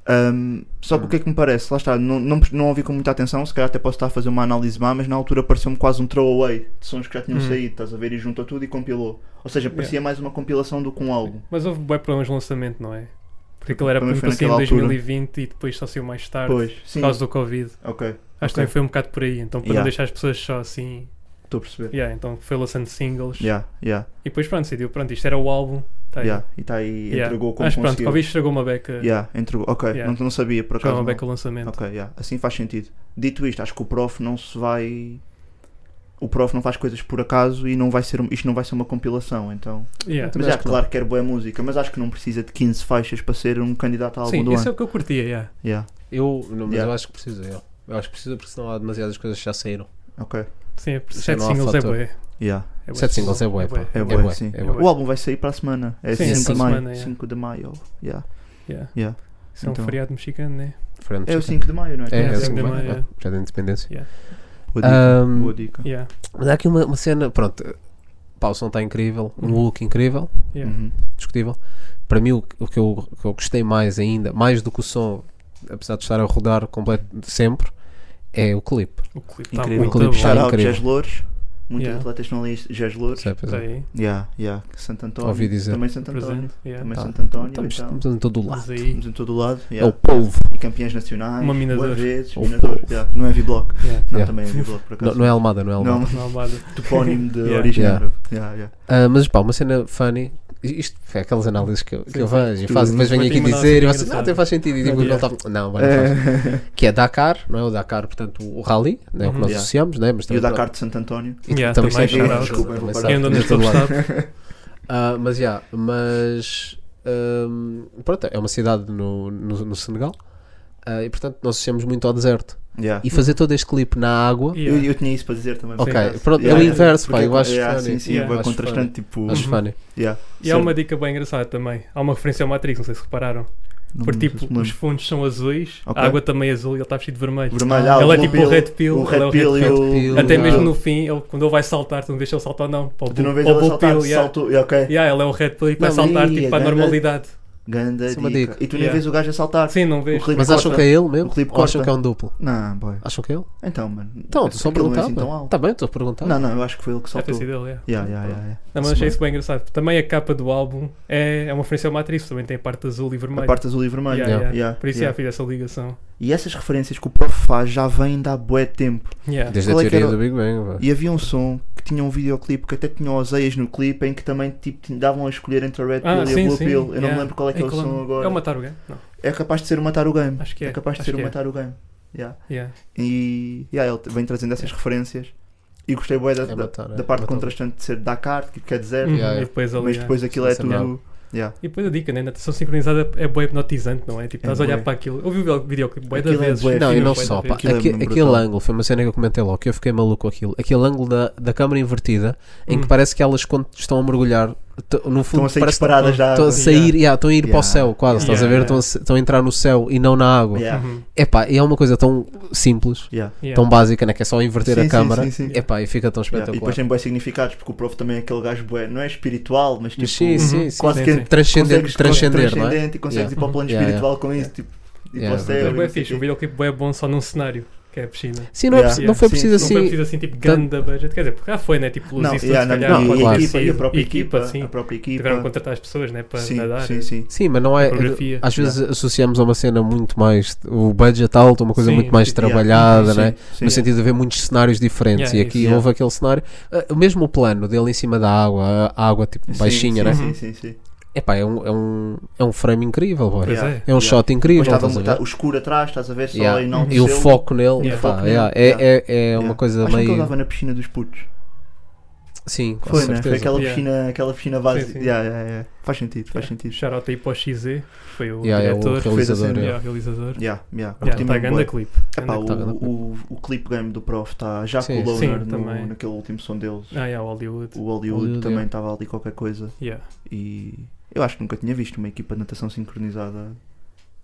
E: Ahm, só que o que é que me parece? Lá está, não, não, não ouvi com muita atenção, se calhar até posso estar a fazer uma análise má, mas na altura pareceu-me quase um throwaway de sons que já tinham
B: Hum.
E: saído, estás a ver? E juntou tudo e compilou. Ou seja, parecia mais uma compilação do que um álbum.
B: Mas houve bem problemas de lançamento, não é? Porque aquilo era
E: Também
B: para
E: foi
B: assim em
E: naquela altura.
B: 2020 e depois só saiu mais tarde
E: Pois, sim,
B: por causa do Covid.
E: ok,
B: Acho que
E: Ok.
B: também foi um bocado por aí. Então, para
E: Yeah.
B: não deixar as pessoas só assim.
E: estou a perceber.
B: Yeah, então foi lançando singles.
E: Yeah, yeah,
B: E depois, pronto, decidiu. Pronto, isto era o álbum. Tá aí.
E: yeah. E está aí,
B: Yeah.
E: entregou como
B: Acho que pronto,
E: conseguiu.
B: Covid estragou uma beca.
E: Yeah, entregou, ok,
B: Yeah.
E: Não, não sabia por
B: Estragou
E: acaso.
B: uma
E: não.
B: beca o lançamento.
E: Ok, yeah. assim faz sentido. Dito isto, acho que o prof não se vai. O prof não faz coisas por acaso e não vai ser, um- isto não vai ser uma compilação, então.
B: Yeah.
E: Mas
F: Também
E: é
F: acho que
E: claro que quer boa música, mas acho que não precisa de 15 faixas para ser um candidato a álbum
B: Sim,
E: do
B: isso é
E: ano.
B: o que eu curtia. Yeah.
E: Yeah,
F: Eu, não, mas
E: Yeah.
F: eu acho que precisa, eu. eu acho que precisa porque senão há demasiadas coisas que já saíram.
E: ok.
B: Sim,
F: Isso
B: sete
F: não há
B: singles é
F: fator.
B: bué.
E: Yeah,
B: É bué.
F: Sete singles é bué,
B: É
F: pá.
B: bué.
E: então. é
F: É
E: boa,
F: bué,
E: sim.
F: é bué.
E: O álbum vai sair para a semana. É
B: Sim,
E: 5
B: sim,
E: de maio.
B: semana, yeah.
E: 5 de maio. Yeah.
B: Yeah.
E: Yeah.
B: Isso é um
E: Então.
B: feriado mexicano, né?
F: Fernando
E: É o
F: Chico.
E: 5 de maio, não é?
F: É, é o
B: cinco
F: 5
B: de
F: de
B: maio,
F: maio. Já da independência.
E: Boa dica.
F: Ahm,
B: Um,
E: Boa dica.
B: Yeah.
F: Mas há aqui uma, uma cena, pronto, pá, o som está incrível, um
B: Uhum.
F: look incrível,
B: Yeah. Tá,
E: Uhum.
F: discutível. Para mim, o, que- o que eu, o que eu gostei mais ainda, mais do que o som, apesar de estar a rodar completo de sempre, é o clipe.
B: O clipe está
E: Incrível. Tipo,
B: muito
F: O clipe
B: bom.
F: está
E: Shout out,
F: incrível.
E: Jazz Louros. Muitos
B: Yeah.
E: atletas estão ali, Jazz Louros.
F: Sabe, pois
B: Está
F: é.
B: aí,
E: Yeah, yeah. Santo António.
F: Ouvi dizer.
E: Também Santo António.
B: presente. Yeah.
E: Também
F: Tá.
E: Santo António.
F: Estamos,
E: então.
F: estamos em todo o
B: Mas
F: lado.
B: aí,
E: Estamos em todo o lado.
F: É o
E: Yeah.
F: povo.
E: E campeões nacionais.
B: Uma minadora.
E: boa vezes.
F: Ou
E: minador.
F: povo.
E: Yeah. Não é V-Block.
B: yeah.
E: Não,
F: Yeah.
E: também é V-Block, por
F: Não,
E: acaso.
F: não é Almada, não é Almada.
E: Não,
B: Não há nada.
E: topónimo de
B: Yeah.
E: origem
F: Yeah.
E: árabe. Yeah, yeah.
F: Ah, mas pá, uma cena funny. Isto é aquelas análises que eu, que eu
B: sim.
F: vejo e
E: Tu-
F: faço, depois venho
B: Mas tem
F: aqui
B: uma
F: dizer e
B: análise
F: vocês, não,
B: engraçada.
F: até faz sentido. E digo,
B: Yeah.
F: não, tá- não, mas não faz. Que é Dakar, não é? O Dakar, portanto, o Rally, não é o que
B: Uhum.
F: nós
E: Yeah.
F: associamos, né? Mas
E: E o
F: também-
E: Dakar de Santo António.
F: E
B: Yeah,
F: também
B: também
F: sai
B: shout
F: de-
B: out.
F: desculpa,
E: Desculpa,
F: também
E: vou
F: sai
E: parar.
B: Quem anda
F: de
B: neste
F: todo lado.
B: estado.
F: Ah, mas já, mas ahm, pronto, é uma cidade no, no, no Senegal ah, e portanto nós associamos muito ao deserto.
E: Yeah.
F: E fazer todo este clipe na água,
E: Eu,
B: Yeah.
E: eu tinha isso para dizer também.
F: ok,
B: Sim,
F: pronto,
E: Yeah,
F: é o
E: yeah.
F: inverso, pá,
E: Porque-
F: eu acho
E: yeah,
F: funny.
E: Sim, sim,
B: Yeah.
E: bué
F: Acho
E: contrastante. Tipo,
B: Uhum.
F: Acho funny.
E: yeah,
B: E há uma dica bem engraçada também. Há uma referência ao Matrix, não sei se repararam.
E: Não-
B: Porque
E: não sei se
B: tipo,
E: me
B: os
E: lembro.
B: fundos são azuis,
E: Hum, Ok.
B: a água também é azul e ele está vestido de vermelho.
E: Vermelho, ah,
B: Ele é
E: Blue
B: tipo o Red Pill,
E: O
B: ele é
E: Red
B: o
E: Pill
B: Red
E: e
F: Red Pill.
E: o.
B: Até
E: Yeah.
B: mesmo no fim, ele- quando ele vai saltar, tu não vês se ele salta ou não. Para o
E: Tu não
B: Blue-
E: vês
B: para o
E: ele a
B: Blue
E: saltar,
B: Pill, yeah.
E: saltou, yeah, ok.
B: Yeah, ele é o Red Pill e vai
E: Não,
B: saltar
E: e
B: tipo, para a
E: é grande-
B: normalidade.
E: Ganda
F: Isso é uma
E: dica.
F: dica.
E: E tu nem
B: Yeah.
E: vês o gajo a saltar.
B: Sim, não vês.
E: O clipe
F: Mas acham
E: corta.
F: que é ele mesmo?
E: O clipe
F: Ou acham
E: corta.
F: que é um duplo?
E: Não, boy.
F: Acham que é ele?
E: Então, mano.
F: Então, estou só a
E: aquilo não é
F: perguntar.
E: assim tão
F: mano.
E: alto.
F: Tá bem, estou a perguntar.
E: Não, não, eu acho que foi ele que
B: Deve ter
E: saltou.
B: sido ele, É yeah.
E: Yeah, yeah, yeah, yeah.
B: Não, mas
E: Sim,
B: achei isso bem engraçado. Também a capa do álbum é, é uma referência ao Matrix, também tem a parte azul e vermelho.
E: A parte azul e vermelho.
B: Yeah,
E: yeah,
B: yeah.
E: yeah,
B: Por isso é
E: yeah.
B: já fiz essa ligação.
E: E essas referências que o prof faz já vêm de há bué tempo.
B: Yeah.
F: Desde a
E: Qual é que
F: teoria
E: era-
F: do Big Bang, vá.
E: E havia um som que tinha um videoclipe que até tinha oseias no clipe em que também tipo, te davam a escolher entre a Red
B: Ah,
E: Pill e a
B: sim,
E: Blue
B: sim.
E: Pill. Eu não me
B: yeah.
E: lembro qual é que é o
B: qual
E: som agora.
B: É o Matar o Game? Não.
E: É capaz de ser o Matar o Game.
B: Acho que é.
E: É capaz de
B: acho
E: ser o
B: que é.
E: Matar o Game. Yeah.
B: Yeah.
E: E yeah, ele vem trazendo essas referências. E gostei bué da,
F: É
E: da,
F: matar, é
E: da parte
F: matar.
E: contrastante de ser Dakar, que quer dizer,
B: Uhum,
F: Yeah,
B: E depois ali.
E: É. mas
B: yeah.
E: depois aquilo é
F: Essa merda.
E: tudo. Yeah.
B: E depois a dica, né? A natação sincronizada é boa hipnotizante, não é? Tipo,
E: É
B: estás a olhar
E: bué.
B: para aquilo. Eu vi o videoclipe bué da
E: Aquilo é
B: vez.
E: bué
F: Não, e
E: Aquilo
F: não
E: foi
F: só, pá.
E: Aquilo é
F: Aque-
E: mesmo
F: aquele
E: brutal.
F: ângulo, foi uma cena que eu comentei logo, que eu fiquei maluco com aquilo. Aquele ângulo da, da câmara invertida, em que
B: Hum.
F: parece que elas, quando estão a mergulhar, t- no
E: Estão
F: fundo,
E: a sair
F: parece
E: disparadas já.
F: Estão a sair,
B: Yeah.
F: yeah, estão a ir para o
E: Yeah.
F: céu, quase,
B: Yeah.
F: estás a ver?
B: Yeah.
F: Estão, a, se- estão a entrar no céu e não na água.
E: Yeah.
B: Uhum.
F: Epá, e é uma coisa tão simples,
E: Yeah.
B: Yeah.
F: tão básica, né? que é só inverter
E: Sim,
F: a
E: sim,
F: câmara.
E: sim, sim.
F: Epá, e fica
E: Yeah,
F: tão
E: E
F: espetacular.
E: depois é tem bué significados, porque o prof também é aquele gajo bué, não é espiritual, mas tipo.
F: Mas sim, sim, sim.
E: quase
B: sim,
E: que é
B: sim.
F: Transcender,
E: consegues
F: transcender, não é?
E: transcendente e consegues
F: Yeah.
E: ir para o plano
F: Yeah,
E: espiritual com isso, tipo, ir
F: Yeah,
E: para o céu.
F: verdade.
B: Mas é
E: e
B: bué
E: não sei
B: fixe.
E: quê.
B: O videoclipe bué bom só num cenário, que é a piscina.
F: Sim, não, é
E: Yeah.
F: preci- não foi
E: Sim,
F: preciso
E: sim.
B: Não foi
F: assim.
B: preciso assim, tipo, grande budget. Quer dizer, porque já foi, né? Tipo, luz
E: Não,
B: e tudo,
E: yeah,
B: se
E: não,
B: calhar.
E: não,
F: e
B: pode
E: e a
B: ter
E: equipa, e a
B: sido.
E: própria
B: equipa,
E: equipa,
B: sim.
E: a própria equipa.
B: Tiveram que contratar as pessoas, né? Para
E: sim,
B: nadar.
E: sim, sim.
F: Sim, mas não é.
B: Fotografia.
F: Às vezes associamos a uma cena muito mais. O budget alto, uma coisa
B: Sim,
F: muito mais
E: yeah.
F: trabalhada,
E: Sim, sim.
F: né? no
E: Yeah.
F: sentido de haver muitos cenários diferentes
B: Yeah,
F: e aqui
B: isso,
E: yeah.
F: houve aquele cenário ah, mesmo o plano dele em cima da água a água tipo
E: Sim,
F: baixinha
E: sim,
F: né?
B: Uhum.
E: Sim, sim, sim.
F: Epá, é um, é um é um frame incrível boy.
B: Pois
E: Yeah.
B: é.
F: é um
E: Yeah.
F: shot incrível
E: Depois estava
F: estás a
E: muito- tá-
F: ver?
E: o escuro atrás, estás a ver só
F: Yeah.
E: e não
F: e o foco nele
B: Yeah.
F: epá,
E: foco nele,
F: yeah, é,
E: yeah.
F: é, é uma coisa
E: Acho que ele
F: meio
E: estava na piscina dos putos.
F: Sim, com
E: Foi, né?
F: certeza.
E: Foi aquela
B: Yeah.
E: piscina, aquela piscina base.
B: sim.
E: Yeah, yeah, yeah. Faz sentido, faz sentido.
B: Shout-out aí para o XZ, que foi o
F: Yeah, é, o
B: diretor,
E: fez a
F: realizador.
E: cena.
F: yeah.
B: yeah, o realizador.
E: Yeah, yeah.
B: Yeah,
E: Curti
B: tá
E: mesmo,
B: grande
E: bué.
B: clip.
E: Epá,
B: Ganda
E: o,
F: Tá grande clip.
E: o, o clip game do Prof está já
F: Sim,
E: com o Loner
B: sim,
E: no-
B: também.
E: naquele último som deles.
B: clip. Ah, yeah, o Hollywood.
E: O Hollywood,
F: Hollywood,
E: também
F: yeah.
E: estava ali qualquer coisa.
B: Yeah.
E: E eu acho que nunca tinha visto uma equipa de natação sincronizada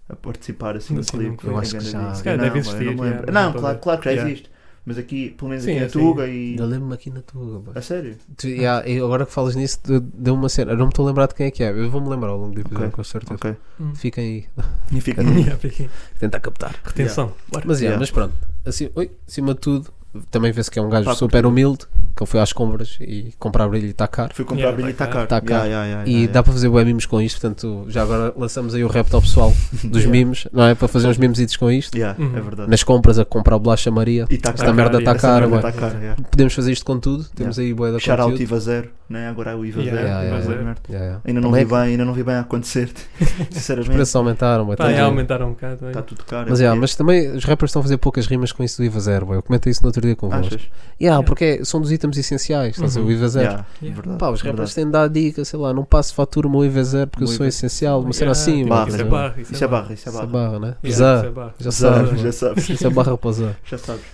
E: a participar assim no
B: Assim,
E: clipe.
B: nunca. Eu
E: É
F: acho que
E: grande
F: já-
E: disso.
F: Se
B: calhar
E: Não,
B: deve
E: bué,
B: existir,
E: Não, me
B: yeah,
E: lembro.
B: mas
E: Não,
B: não tô
E: claro,
B: bem.
E: claro que já
B: Yeah.
E: existe. Mas aqui, pelo menos
B: Sim,
E: aqui na
B: sim.
E: Tuga e.
F: Eu lembro-me aqui na tua. boy.
E: A sério?
F: Tu- yeah, e agora que falas nisso, de- deu uma cena. Eu não me estou a lembrar de quem é que é. Eu vou-me lembrar ao longo do episódio,
E: Ok,
F: com certeza.
E: Ok.
B: Hum.
F: Fiquem aí.
E: E fica.
B: Yeah, fica aí.
F: Tentar captar.
B: Retenção. Bora.
F: Mas,
E: Yeah.
F: yeah, mas pronto, assim, oi, acima de tudo, também vê-se que é um gajo
E: Pá,
F: super humilde, que ele foi às compras e comprar brilho e está caro.
E: Fui comprar
B: Yeah,
E: brilho e
B: tá
E: está caro.
F: Tá caro.
E: Yeah, yeah, yeah,
F: e
E: yeah,
F: dá
E: yeah.
F: para fazer bué mimos com isto, portanto, já agora lançamos aí o repto ao pessoal dos
E: Yeah.
F: mimos, não é? Para fazer uns mimositos com isto.
E: Yeah,
B: Uhum.
E: é verdade.
F: Nas compras, a comprar o Bolacha Maria.
E: E está
F: Esta
E: caro.
F: merda está
B: Essa
F: cara,
E: Essa merda
F: bué.
E: tá cara, yeah.
F: Podemos fazer isto com tudo, temos aí bué da
E: Shout out
F: conteúdo.
E: IVA zero, né? Agora é o IVA
B: Yeah,
E: zero.
F: yeah,
E: IVA
F: yeah,
E: zero,
B: yeah.
E: merda.
F: Yeah, yeah.
E: Ainda não
F: Também
E: vi
F: é que
E: bem, ainda não vi bem a acontecer.
F: Os
E: Sinceramente,
F: preços aumentaram, bué,
B: Pá,
F: tá
B: já
F: tudo.
B: aumentaram um bocado.
E: está tudo caro.
F: mas,
E: é.
F: yeah, mas também os rappers estão a fazer poucas rimas com isso do IVA zero, bué. eu comentei isso no outro dia convosco.
E: Achas?
F: Yeah, porque é, são dos itens essenciais, estás a ver? o
B: Uhum.
F: IVA zero.
E: Yeah,
B: Yeah.
E: é verdade,
F: Pá, os
E: verdade.
F: rappers têm de dar dica, sei lá, não passo fatura o meu IVA zero porque eu
E: Meu
F: sou
E: IVA
F: essencial, uma cena
B: Yeah,
F: assim,
B: tipo,
F: mano,
E: barra,
B: Isso é
F: estás a ver?
B: barra.
E: Isso é barra, isso é
F: Isso é
E: barra.
F: barra, né?
B: Yeah,
F: Zá,
B: isso é barra.
F: já
E: Zá,
F: sabes,
E: já sabes,
F: isso é barra para Zá.
E: já sabes.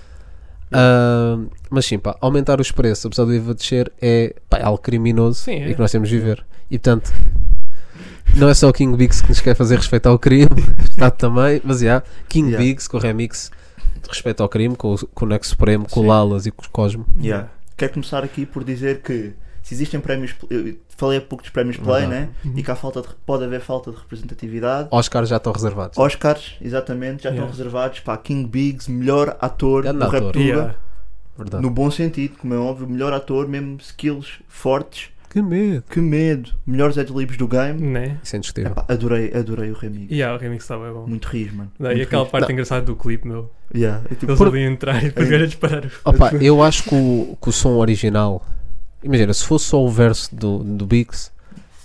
F: Ah, mas sim, pá, aumentar os preços, apesar do IVA descer, é, pá, é algo criminoso
B: Sim,
F: e
B: é.
F: que nós temos de viver. E portanto, não é só o King Biggs que nos quer fazer respeitar o crime, o Estado também, mas já, King
E: Yeah.
F: Biggs com o remix de respeito ao crime, com, o- com o Nexo Supremo, com o
E: Sim.
F: Lalas e com o Cosmo.
E: Yeah. Quero começar aqui por dizer que se existem prémios, eu falei há pouco dos prémios Play,
F: É Verdade. Uhum.
E: né? E que há falta de- pode haver falta de representatividade.
F: Oscar já estão reservados.
E: Oscars, exatamente, já
B: Yeah.
E: estão reservados para King Biggs, melhor ator
F: Grande
E: do Rap
F: ator.
E: Tuga.
B: Yeah.
F: Verdade.
E: No bom sentido, como é óbvio, melhor ator, mesmo skills fortes.
F: Que medo.
E: Que medo! Melhores adlibs do game.
B: Né?
F: Isso é indiscutível.
E: Epá, adorei, adorei o remix.
B: Yeah, o remix estava bom.
E: Muito rijo, mano.
B: Não, e
E: Muito
B: aquela
E: rijo.
B: parte engraçada do clipe, meu.
E: Yeah, é tipo,
B: Eles
E: por-
B: ali a entrar e depois
E: Aí.
B: era disparar. o-
F: Opa, é eu acho que o, que o som original. Imagina, se fosse só o verso do, do Biggs,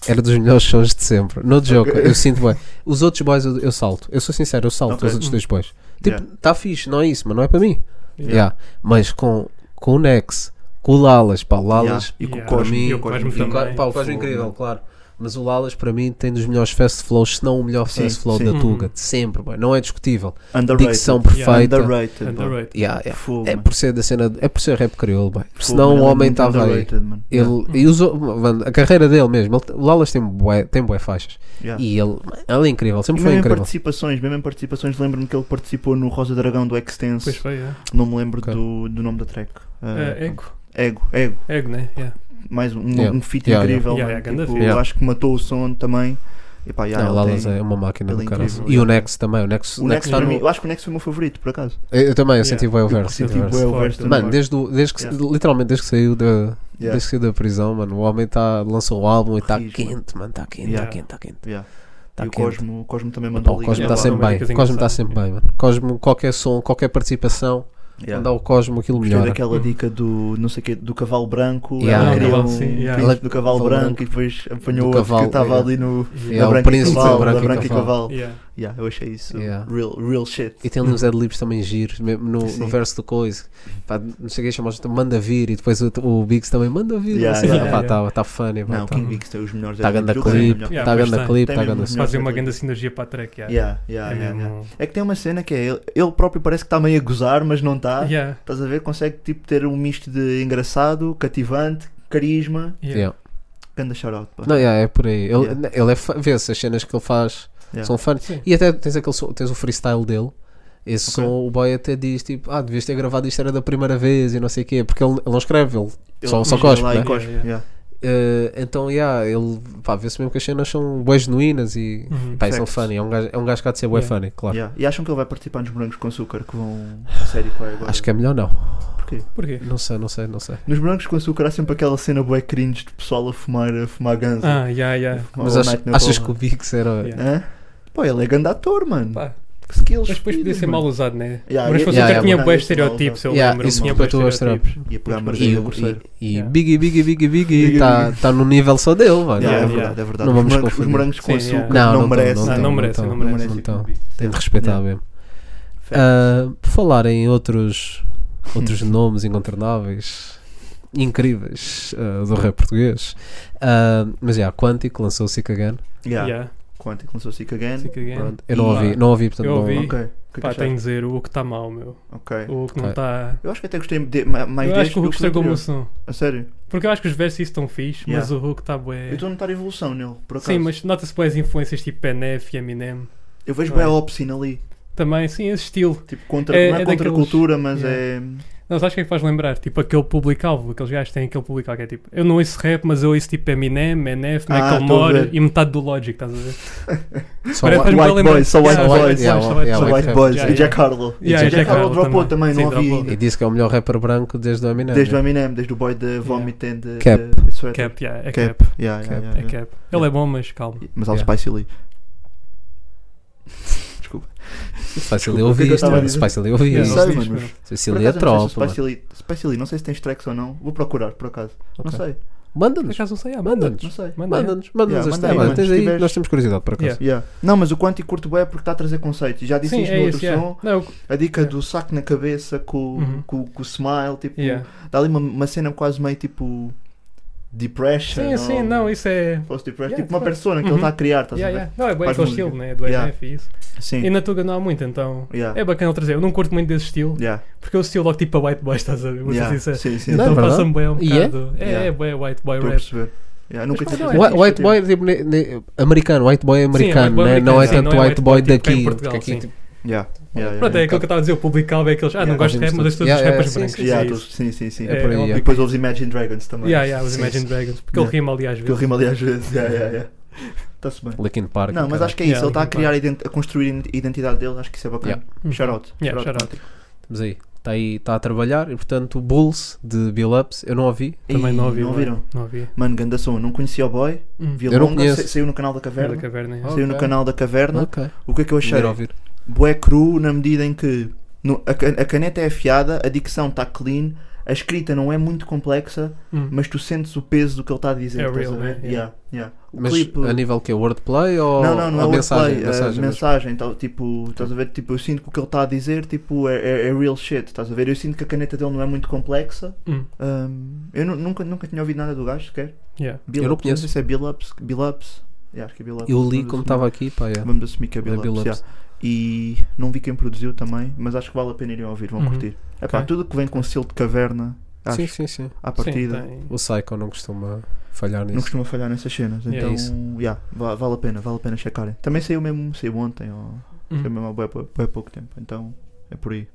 F: era dos melhores sons de sempre. No joke, eu sinto bem. Os outros boys eu, eu salto. Eu sou sincero, eu salto
E: Ok.
F: os outros dois boys. Tipo,
E: Yeah.
F: tá fixe, não é isso, mas não é para mim. Yeah. Mas com, com o Nex, com o Lalas, pá, o Lalas.
E: Yeah, E com o
B: Yeah.
E: Cosmo.
F: Para mim,
E: e o
B: o
E: Cosmo
B: Cosmo
E: fica-
F: e
B: também.
F: o- pá, o Cosmo é incrível, claro. Mas o Lalas para mim tem dos melhores fast flows, se não o melhor
E: Sim,
F: fast flow
E: sim.
F: da
B: Uhum.
F: Tuga, de sempre, boy. não é discutível.
E: Underrated.
F: Dicção
B: Yeah.
F: perfeita.
E: Underrated. bro.
B: Underrated.
F: Yeah, yeah.
E: Fogo,
F: É
E: mano.
F: por ser da cena, é por ser rap crioulo, bem.
E: Fogo, mano,
F: Senão o
E: ele é
F: homem
E: muito
F: estava aí.
E: underrated, mano. Yeah.
F: Ele, e usou, mano, a carreira dele mesmo, ele- o Lalas tem bué, tem bué faixas.
E: Yeah.
F: E ele, ele é incrível,
E: Ah. E
F: sempre foi
E: mesmo em
F: incrível.
E: participações, mesmo em participações, lembro-me que ele participou no Rosa Dragão do Extense.
B: Pois foi, yeah.
E: Não me lembro
F: Ok.
E: do, do nome da track. Ah,
B: Eh, Ego.
E: Ego, Ego.
B: Ego, né? Yeah.
E: Mais um,
F: Yeah.
E: um feat
F: Yeah,
B: yeah.
E: incrível. mano.
B: Yeah, yeah, ganda
E: Tipo,
B: feat.
E: eu Acho que matou o som também. E pá, yeah,
F: Não, o
E: ele
F: Lalas
E: tem-
F: é uma máquina
E: ele
F: do
E: é
F: caralho.
E: incrível,
F: E o
E: yeah.
F: Nex também, o Nex,
E: O Nex,
F: Nex
E: para
F: tá
E: mim,
F: no,
E: eu acho que o Nex foi o meu favorito, por acaso.
F: eu, eu também, eu
B: Yeah.
F: senti bem o verso.
E: Senti
F: senti o
E: bué
F: verso.
E: o
B: Forte.
E: verso também.
F: Mano, desde, o- desde que,
E: Yeah.
F: literalmente desde que saiu da,
E: Yeah.
F: desde que saiu da prisão, mano, o homem tá, lançou o álbum e está
E: Rijo,
F: quente, mano, está quente, está
E: Yeah.
F: quente, está quente.
E: Yeah.
F: Tá
E: e o
F: quente.
E: Cosmo, o Cosmo também
F: Pá,
E: mandou
F: o
E: ali.
F: Cosmo
E: grande
F: está
B: Ela-
F: sempre
B: ela é
F: bem,
B: uma
F: o Cosmo está
B: engraçada.
F: sempre bem, mano. Cosmo, qualquer som, qualquer participação,
E: Yeah.
F: mandar o Cosmo aquilo
E: Gostei
F: melhor.
E: daquela dica do não sei quê, do cavalo branco.
F: Yeah.
E: Ela
F: Ah,
E: queria
B: cavalo,
E: um
B: sim, yeah.
E: príncipe
F: Ela-
E: do cavalo
F: cavalo
E: branco,
F: branco.
E: e depois apanhou
F: Do
E: outro
F: cavalo,
E: que estava
F: yeah.
E: ali no
F: Yeah, o
E: da branca
F: príncipe
E: e
F: do
E: cavalo,
F: branco
E: da
F: e
E: branca e
F: cavalo.
E: cavalo.
B: Yeah.
E: Yeah, eu achei isso
F: Yeah.
E: real, real shit.
F: E tipo, tem ali um uns adlibs também giros, mesmo no, no
E: Sim.
F: verso do Coisa. Pá, não sei o que chamar manda vir. E depois o, o Biggs também manda vir.
E: Yeah,
F: não sei o quê.
E: yeah,
F: Pá,
B: yeah.
F: tá- tá funny, pá,
E: Não,
F: tá.
E: King Vix tem os melhores
F: Tá
E: adlibs
F: grande
E: do
F: clipe,
E: game,
B: Yeah,
F: tá
B: pois
F: grande
B: tem.
F: clipe,
E: Tem
F: tá
E: mesmo
F: grande
E: os
F: som.
E: melhores.
B: Fazer uma
E: Sim.
B: grande sinergia para a track, yeah.
E: Yeah, yeah,
B: É
E: yeah, yeah.
B: mesmo.
E: É que tem uma cena que é ele, ele próprio parece que está meio a gozar, mas não está.
B: Yeah.
E: Estás a ver? Consegue tipo ter um misto de engraçado, cativante, carisma.
B: Yeah.
F: Yeah.
E: Ganda shoutout, pá.
F: Não, yeah, é por aí. Ele,
E: Yeah.
F: ele é fa- vê-se as cenas que ele faz
E: Yeah.
F: são fun.
B: Sim.
F: E até tens, aquele som- tens o freestyle dele. Esse
E: Ok.
F: som, o boy até diz tipo, ah, devias ter gravado isto era da primeira vez e não sei o quê, porque ele, ele não escreve, ele
E: Ele-
F: só, só
E: ele
F: cospe,
E: lá
F: né?
E: e cospe,
B: Yeah,
E: yeah.
F: Eh, então, yeah, ele, pá, vê-se mesmo que as cenas são boas genuínas e,
B: Uhum.
F: pá, e são
E: Facts.
F: funny. É um gajo, é um gajo que há de ser bué
B: Yeah.
F: funny, claro.
E: Yeah. E acham que ele vai participar nos Brancos com Açúcar que vão a série qual é agora?
F: Acho que é melhor não.
E: Porquê?
B: Porquê?
F: Não sei, não sei, não sei.
E: Nos Brancos com Açúcar há sempre aquela cena bué cringe de pessoal a fumar, a fumar ganza.
B: Ah, yeah, yeah.
E: Fumar
F: Mas
E: all
F: ach-
E: night na
F: achas
E: bola.
F: que o Biggs era.
B: Yeah.
E: Hã? Pô, ele é grande ator, mano.
B: Pá,
E: Que skills.
B: Mas depois podia
E: fodidos,
B: ser
E: mano.
B: mal usado, né?
E: Yeah,
B: mas
E: yeah,
B: fosse
F: yeah,
B: o
F: yeah,
B: cara tinha
E: yeah.
B: bué estereotipos, eu
F: Yeah,
B: lembro.
F: isso
B: tinha
F: foi
B: bué
F: a tua
B: estereotipos.
E: Ia pegar a
F: E,
E: Margarida
F: o-
E: Grosseiro.
F: e, e
B: Yeah.
F: Biggie, Biggie, Biggie, Biggie
E: Biggie,
F: está tá no nível só dele,
E: Yeah,
F: mano.
B: Yeah,
E: é
B: yeah.
E: verdade, é verdade. Os
F: Não vamos
E: morangos- os
F: confundir.
E: morangos com
B: Sim,
E: açúcar
B: yeah.
E: não,
F: Não, não
E: merecem.
F: tão,
B: Ah,
F: Não
B: não merece,
F: tão,
B: não
E: não
B: merece.
E: merece.
F: Então, tem de respeitar
E: Yeah.
F: mesmo. Ah, por falar em outros, outros nomes incontornáveis, incríveis ah, do rap português. Ah, mas já, Quantic lançou o Sick Again.
E: Yeah. é
B: Yeah,
E: Quantic lançou Sick Again.
B: Sick Again.
F: Pronto, é eu não
E: E-
F: ouvi, não ouvi, portanto
B: Eu
F: não-
B: ouvi.
E: Ok. O que é que
B: Pá,
E: achaste?
B: tenho de dizer, o que está mal, meu.
E: Ok.
B: O que não
F: Ok.
B: está.
E: Eu acho que até gostei de, ma- mais
B: Eu
E: deste
B: acho que o
E: do
B: Hulk um estragou o
E: do
B: meu
E: anterior.
B: som.
E: A sério?
B: Porque eu acho que os versos estão fixe, mas
E: Yeah.
B: o Hulk está bué.
E: Eu estou a notar evolução nele, por acaso.
B: Sim, mas nota-se bué as influências tipo NF e Eminem.
E: Eu vejo
B: Não
E: bem
B: é?
E: a Opsin ali.
B: Também, sim, esse estilo.
E: Tipo, contra,
B: É-
E: não é,
B: é
E: contra a
B: daqueles-
E: cultura, mas é.
B: Não, sabes o que é que faz lembrar? Tipo aquele público-alvo, aqueles gajos que têm aquele público-alvo que é tipo, eu não ouço rap, mas eu ouço tipo Eminem, NF,
E: Ah, tô a
B: Macklemore
E: ver.
B: e metade do Logic, estás a ver?
F: Só
B: Parece-
F: White-
B: faz-me
E: White
B: lembrar-
E: Boys, só White
B: Yeah,
E: Boys.
B: yeah,
F: só
B: yeah,
F: White
E: Só
F: Boys.
E: White Boys.
B: Yeah,
E: E Jack Harlow. E
B: Yeah,
E: Jack
B: Jack
E: Harlow
B: Harlow
E: dropou
B: também.
E: também,
B: Sim,
E: não ouvi
B: dropou.
E: ainda.
F: E disse que é o melhor rapper branco desde o Eminem.
E: Desde o
F: né?
E: Eminem, desde o boy de Vomit and the,
F: Cap.
E: the Sweat.
B: Cap, yeah, é
E: Cap.
B: cap.
E: Yeah, yeah,
F: Cap,
E: yeah,
B: É
E: yeah.
B: cap. Ele é bom, mas calma.
E: Mas ao
F: Yeah.
E: Spicy Lee.
F: Spicy
E: Desculpa, o que é que
F: Lee ouvi
E: eu
F: isto,
E: tava
F: mano.
E: a dizer?
F: Spicy Lee ouvi
B: Yeah,
E: Não
F: isto.
B: eles
E: sei,
B: dizem,
E: mano.
B: meu.
F: Spicy
E: Por
F: Lee é
E: acaso eu não sei se o
F: tropa.
E: Spicy Lee- Spicy Lee, não sei se tens tracks ou não. Vou procurar, por acaso.
F: Ok.
E: Não sei,
B: Por
F: Manda-nos.
B: acaso não sei, ah,
F: Manda-nos.
B: manda-nos.
E: não sei.
B: Manda, yeah.
F: Manda-nos, manda-nos
E: Yeah,
F: este
E: manda aí,
F: tema.
E: mano,
F: Tens
E: se
F: aí,
E: tiveres-
F: Nós temos curiosidade, por acaso.
B: Yeah.
E: Yeah. Não, mas o Quanti curto bem porque está a trazer conceitos. Já disse
B: Sim,
E: isto no
B: é
E: outro
B: isso, yeah.
E: som.
B: Não, eu-
E: A dica
B: Yeah.
E: do saco na cabeça com,
B: Uhum.
E: com, com o smile, tipo,
B: yeah.
E: dá ali uma, uma cena quase meio tipo
B: Sim,
E: depression.
B: sim, não, isso é...
E: Post depression,
B: Yeah,
E: tipo uma
B: claro.
E: persona que ele
B: Uhum.
E: está a criar, estás
B: Yeah,
E: a ver?
B: yeah. Não, é bem
E: Faz
B: aquele
E: música.
B: estilo, né? Do
E: Yeah.
B: NF e isso.
E: Sim.
B: E na Tuga não há muito, então...
E: Yeah.
B: É bacana trazer. Eu não curto muito desse estilo,
E: Yeah.
B: porque eu estilo logo tipo a white boy, estás a ver? Vou ser
E: Yeah.
B: sincero.
E: Sim, sim,
B: Então
E: estou
F: Não, é verdade?
B: passa-me bem um
F: E é?
B: bocado. É,
E: Yeah.
B: é bem white boy rap.
E: estou a perceber. Yeah, nunca
B: Mas
E: tinha
B: não, é
E: pensado
F: White,
B: fixe,
E: nisto,
F: white
E: tipo,
F: boy, tipo, ne- ne- americano, white boy é americano,
B: boy
F: né?
B: americano,
F: não é
B: sim,
F: tanto
B: não é
F: white
B: white boy,
F: boy
B: tipo, cá em
F: daqui.
B: Portugal,
F: porque aqui,
B: sim.
F: tipo,
E: Yeah. Yeah, yeah,
B: Pronto, é
E: yeah.
B: aquilo que eu estava a dizer, o público-alvo é aqueles, ah,
E: Yeah,
B: não gosto de
F: ouvimos
B: rap, mas
F: tudo.
B: as todos os
F: Yeah,
B: rappers
F: yeah,
B: brancos.
F: sim,
E: Yeah,
B: é
E: tô-
B: isso.
E: sim, sim, sim.
F: É por aí,
B: uma
F: yeah.
E: E
B: big-
E: depois os Imagine Dragons também.
B: Yeah, yeah, os
F: Sim,
B: Imagine
F: sim.
B: Dragons, porque ele
E: Yeah.
B: rima ali às
E: Que ele
B: vezes.
E: rima ali às vezes. Yeah, yeah, yeah. Está-se bem.
F: Linkin Park.
E: Não, mas
F: cara.
E: acho que é isso.
B: Yeah,
E: ele está a
B: Linkin
E: criar, ident- a construir a identidade dele. Acho que isso é bacana.
B: Uhum.
E: Shout out.
B: Yeah,
E: shout out.
F: Estamos aí. Está aí, está a trabalhar e portanto Bulls de Bill Ups, eu não ouvi.
B: Também
E: Ih,
B: não é? ouvi.
E: Não ouviram?
B: Não ouvi.
E: Mano, ganda som. Não conhecia o boy.
B: Hum.
E: Via
F: Eu não
E: longa.
F: conheço.
E: sa- Saiu no canal da
B: Era
E: caverna.
B: da caverna. é.
F: Oh.
E: Saiu no
F: Ok.
E: canal da caverna.
F: Ok.
E: O que é que eu achei?
F: Vou ir ouvir.
E: Bué cru na medida em que no- a, can- a caneta é afiada, a dicção está clean, a escrita não é muito complexa,
B: Hum.
E: mas tu sentes o peso do que ele está a dizer.
B: É
E: estás
B: real,
E: a
B: né?
E: ver? Yeah, yeah. O
F: Mas
E: clipe-
F: a nível que é wordplay ou,
E: Não, não, não
F: ou
E: é mensagem,
F: mensagem? mensagem
E: mensagem,
F: mesmo?
E: mensagem tal, tipo, estás a ver, tipo, eu sinto que o que ele está a dizer, tipo, é, é- é real shit, estás a ver, eu sinto que a caneta dele não é muito complexa,
B: Hum.
E: Ahm, eu nu- nunca, nunca tinha ouvido nada do gajo sequer,
B: Yeah.
E: Bill
F: Eu não
E: Ups,
F: conheço.
E: sei se é Bill Ups, Bill Ups, Yeah, acho que é Bill Ups,
F: Eu li
E: vamos
F: como
E: assumir-
F: estava aqui, pá, yeah.
E: Vamos assumir que é
F: Da
E: Bill,
F: Bill
E: Ups,
F: Ups.
E: yeah. e não vi quem produziu também, mas acho que vale a pena irem ouvir, vão
B: Uhum.
E: curtir. Epá,
B: Ok.
E: tudo que vem com selo de caverna, acho,
F: Sim, sim, sim.
E: à
B: Sim,
E: partida,
B: tem-
F: O Psycho não costuma falhar
E: não
F: nisso.
E: costuma falhar nessas cenas,
B: Yeah.
E: então,
F: É isso.
E: yeah, va- vale a pena, vale a pena checarem. Também saiu mesmo, saiu ontem, ou...
B: Hum.
E: Foi mesmo há bué- bué- bué pouco tempo, então é por aí.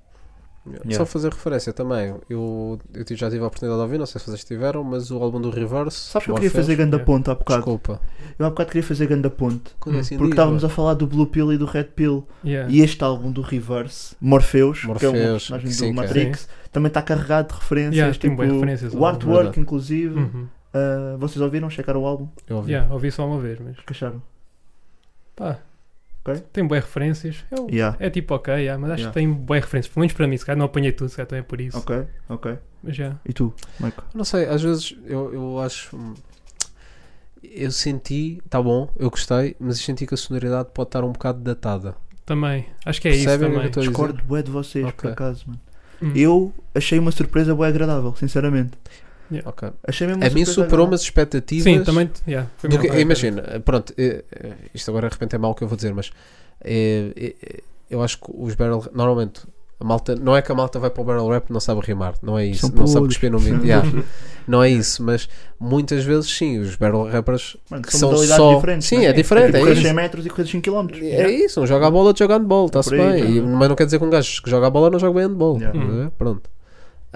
F: Yeah.
E: Yeah.
F: Só fazer referência também. Eu, eu ti- já tive a oportunidade de ouvir, não sei se vocês tiveram, mas o álbum do Reverse.
E: Sabes que eu
F: o
E: queria
F: Orfeus-
E: fazer ganda
B: yeah.
E: ponte há bocado?
F: Desculpa.
E: Eu há bocado queria fazer ganda ponte.
F: Quando é assim
E: Porque
F: diz,
E: estávamos
F: mano.
E: a falar do Blue Pill e do Red Pill.
B: Yeah.
E: E este álbum do Reverse, Morpheus, que é um
F: Morpheus,
E: personagem
F: sim,
E: do
F: cara.
E: Matrix, também está carregado de referências.
B: Yeah, tem
E: tipo,
B: bué referências ao
E: o artwork,
F: Verdade.
E: inclusive.
B: Uhum.
E: Ah, vocês ouviram? Checaram o álbum?
F: Eu ouvi.
B: Yeah, ouvi só uma vez, mas
E: O que acharam?
B: pá.
E: Ok.
B: Tem boas referências. Eu-
E: Yeah.
B: É tipo ok, yeah, mas acho
E: Yeah.
B: que tem boas referências. Pelo menos para mim, se calhar não apanhei tudo, se calhar também é por isso.
E: Ok, ok.
B: Mas já.
E: E tu, Mike?
F: Eu Não sei, às vezes eu, eu acho. hum, Eu senti, tá bom, eu gostei, mas eu senti que a sonoridade pode estar um bocado datada.
B: Também. Acho que é
F: Percebem o que eu
B: isso
F: estou a
B: também.
F: dizer?
E: Discordo bué de vocês, por
F: Ok. Uhum.
E: acaso, mano.
B: Hum.
E: Eu achei uma surpresa bué agradável, sinceramente.
F: Ok.
E: Achei mesmo uma
F: A mim
E: surpresa
F: superou
E: agradável.
F: umas expectativas.
B: Sim, também. Yeah, foi
F: do
B: mesmo
F: que-
B: para-
F: imagina, pronto, eh, eh, isto agora de repente é mau o que eu vou dizer, mas eh, eh, eh, eu acho que os barrel normalmente a malta, não é que a malta vai para o barrel rap e não sabe rimar, não é isso,
E: São
F: não sabe
E: podres.
F: cuspir no vídeo, yeah,
B: Uhum.
F: não é isso, mas muitas vezes sim, os barrel rappers
E: Mano,
F: que são
E: modalidades
F: só
E: diferentes,
F: sim,
E: né?
F: é diferente,
E: Tipo,
F: é
E: correr
F: isso.
E: 100 metros e correr 5 km.
F: É isso, um joga a bola, outro joga handball, está-se
E: por aí,
F: bem. E- mas não quer dizer que um gajo que joga a bola não joga bem handball.
E: Yeah.
F: estás a
B: Uhum.
F: ver? Pronto.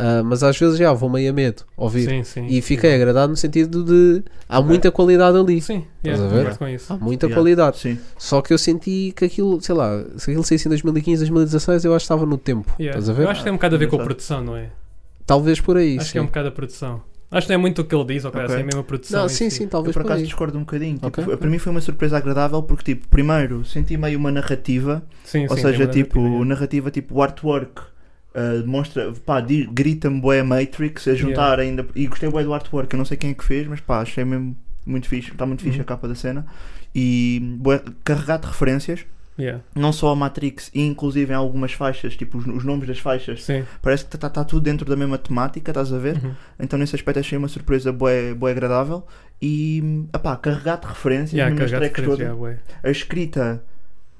F: Ah, mas às vezes já vou meio a medo ouvir.
B: Sim, sim.
F: E fiquei agradado no sentido de há muita qualidade ali.
B: Sim,
F: Estás
B: yeah,
F: a ver? Ah,
B: concordo com isso.
F: Há muita
E: Yeah.
F: qualidade.
E: Sim.
F: Só que eu senti que aquilo, sei lá, se aquilo saísse em 2015, 2016, eu acho que estava no tempo.
B: Yeah.
F: Estás a ver?
B: Eu acho que tem um bocado a ver com a
E: Exato.
B: produção, não é?
F: Talvez por aí.
B: Acho
F: sim.
B: que é um bocado a produção. Acho que não é muito o que ele diz, ou okay.
E: Ok.
B: assim, é mesmo a produção.
F: Não,
B: em
F: sim,
B: si.
F: sim,
E: Eu
F: talvez
E: por
F: por
E: acaso
F: aí.
E: discordo um bocadinho. Tipo,
F: Ok.
E: foi- Para mim foi uma surpresa agradável porque, tipo, primeiro senti meio uma narrativa,
B: Sim,
E: ou
B: sim, é
E: seja,
B: tem
E: tipo,
B: uma narrativa,
E: narrativa tipo o artwork. ah, demonstra, pá, di- grita-me boé Matrix a juntar ainda. E gostei bué do artwork. Eu não sei quem é que fez, mas pá, achei mesmo tá muito fixe. Está muito fixe
B: Uhum.
E: a capa da cena. E bué, carregado de referências.
B: Yeah.
E: Não só a Matrix, e inclusive em algumas faixas, tipo os, os nomes das faixas,
B: Sim.
E: parece que está tudo dentro da mesma temática, estás a ver?
B: Uhum.
E: Então nesse aspecto achei uma surpresa bué, bué agradável e epá, carregado de referências,
B: Yeah,
E: mesmo as
B: carregado de
E: tracks
B: referências,
E: todas.
B: yeah, bué.
E: a escrita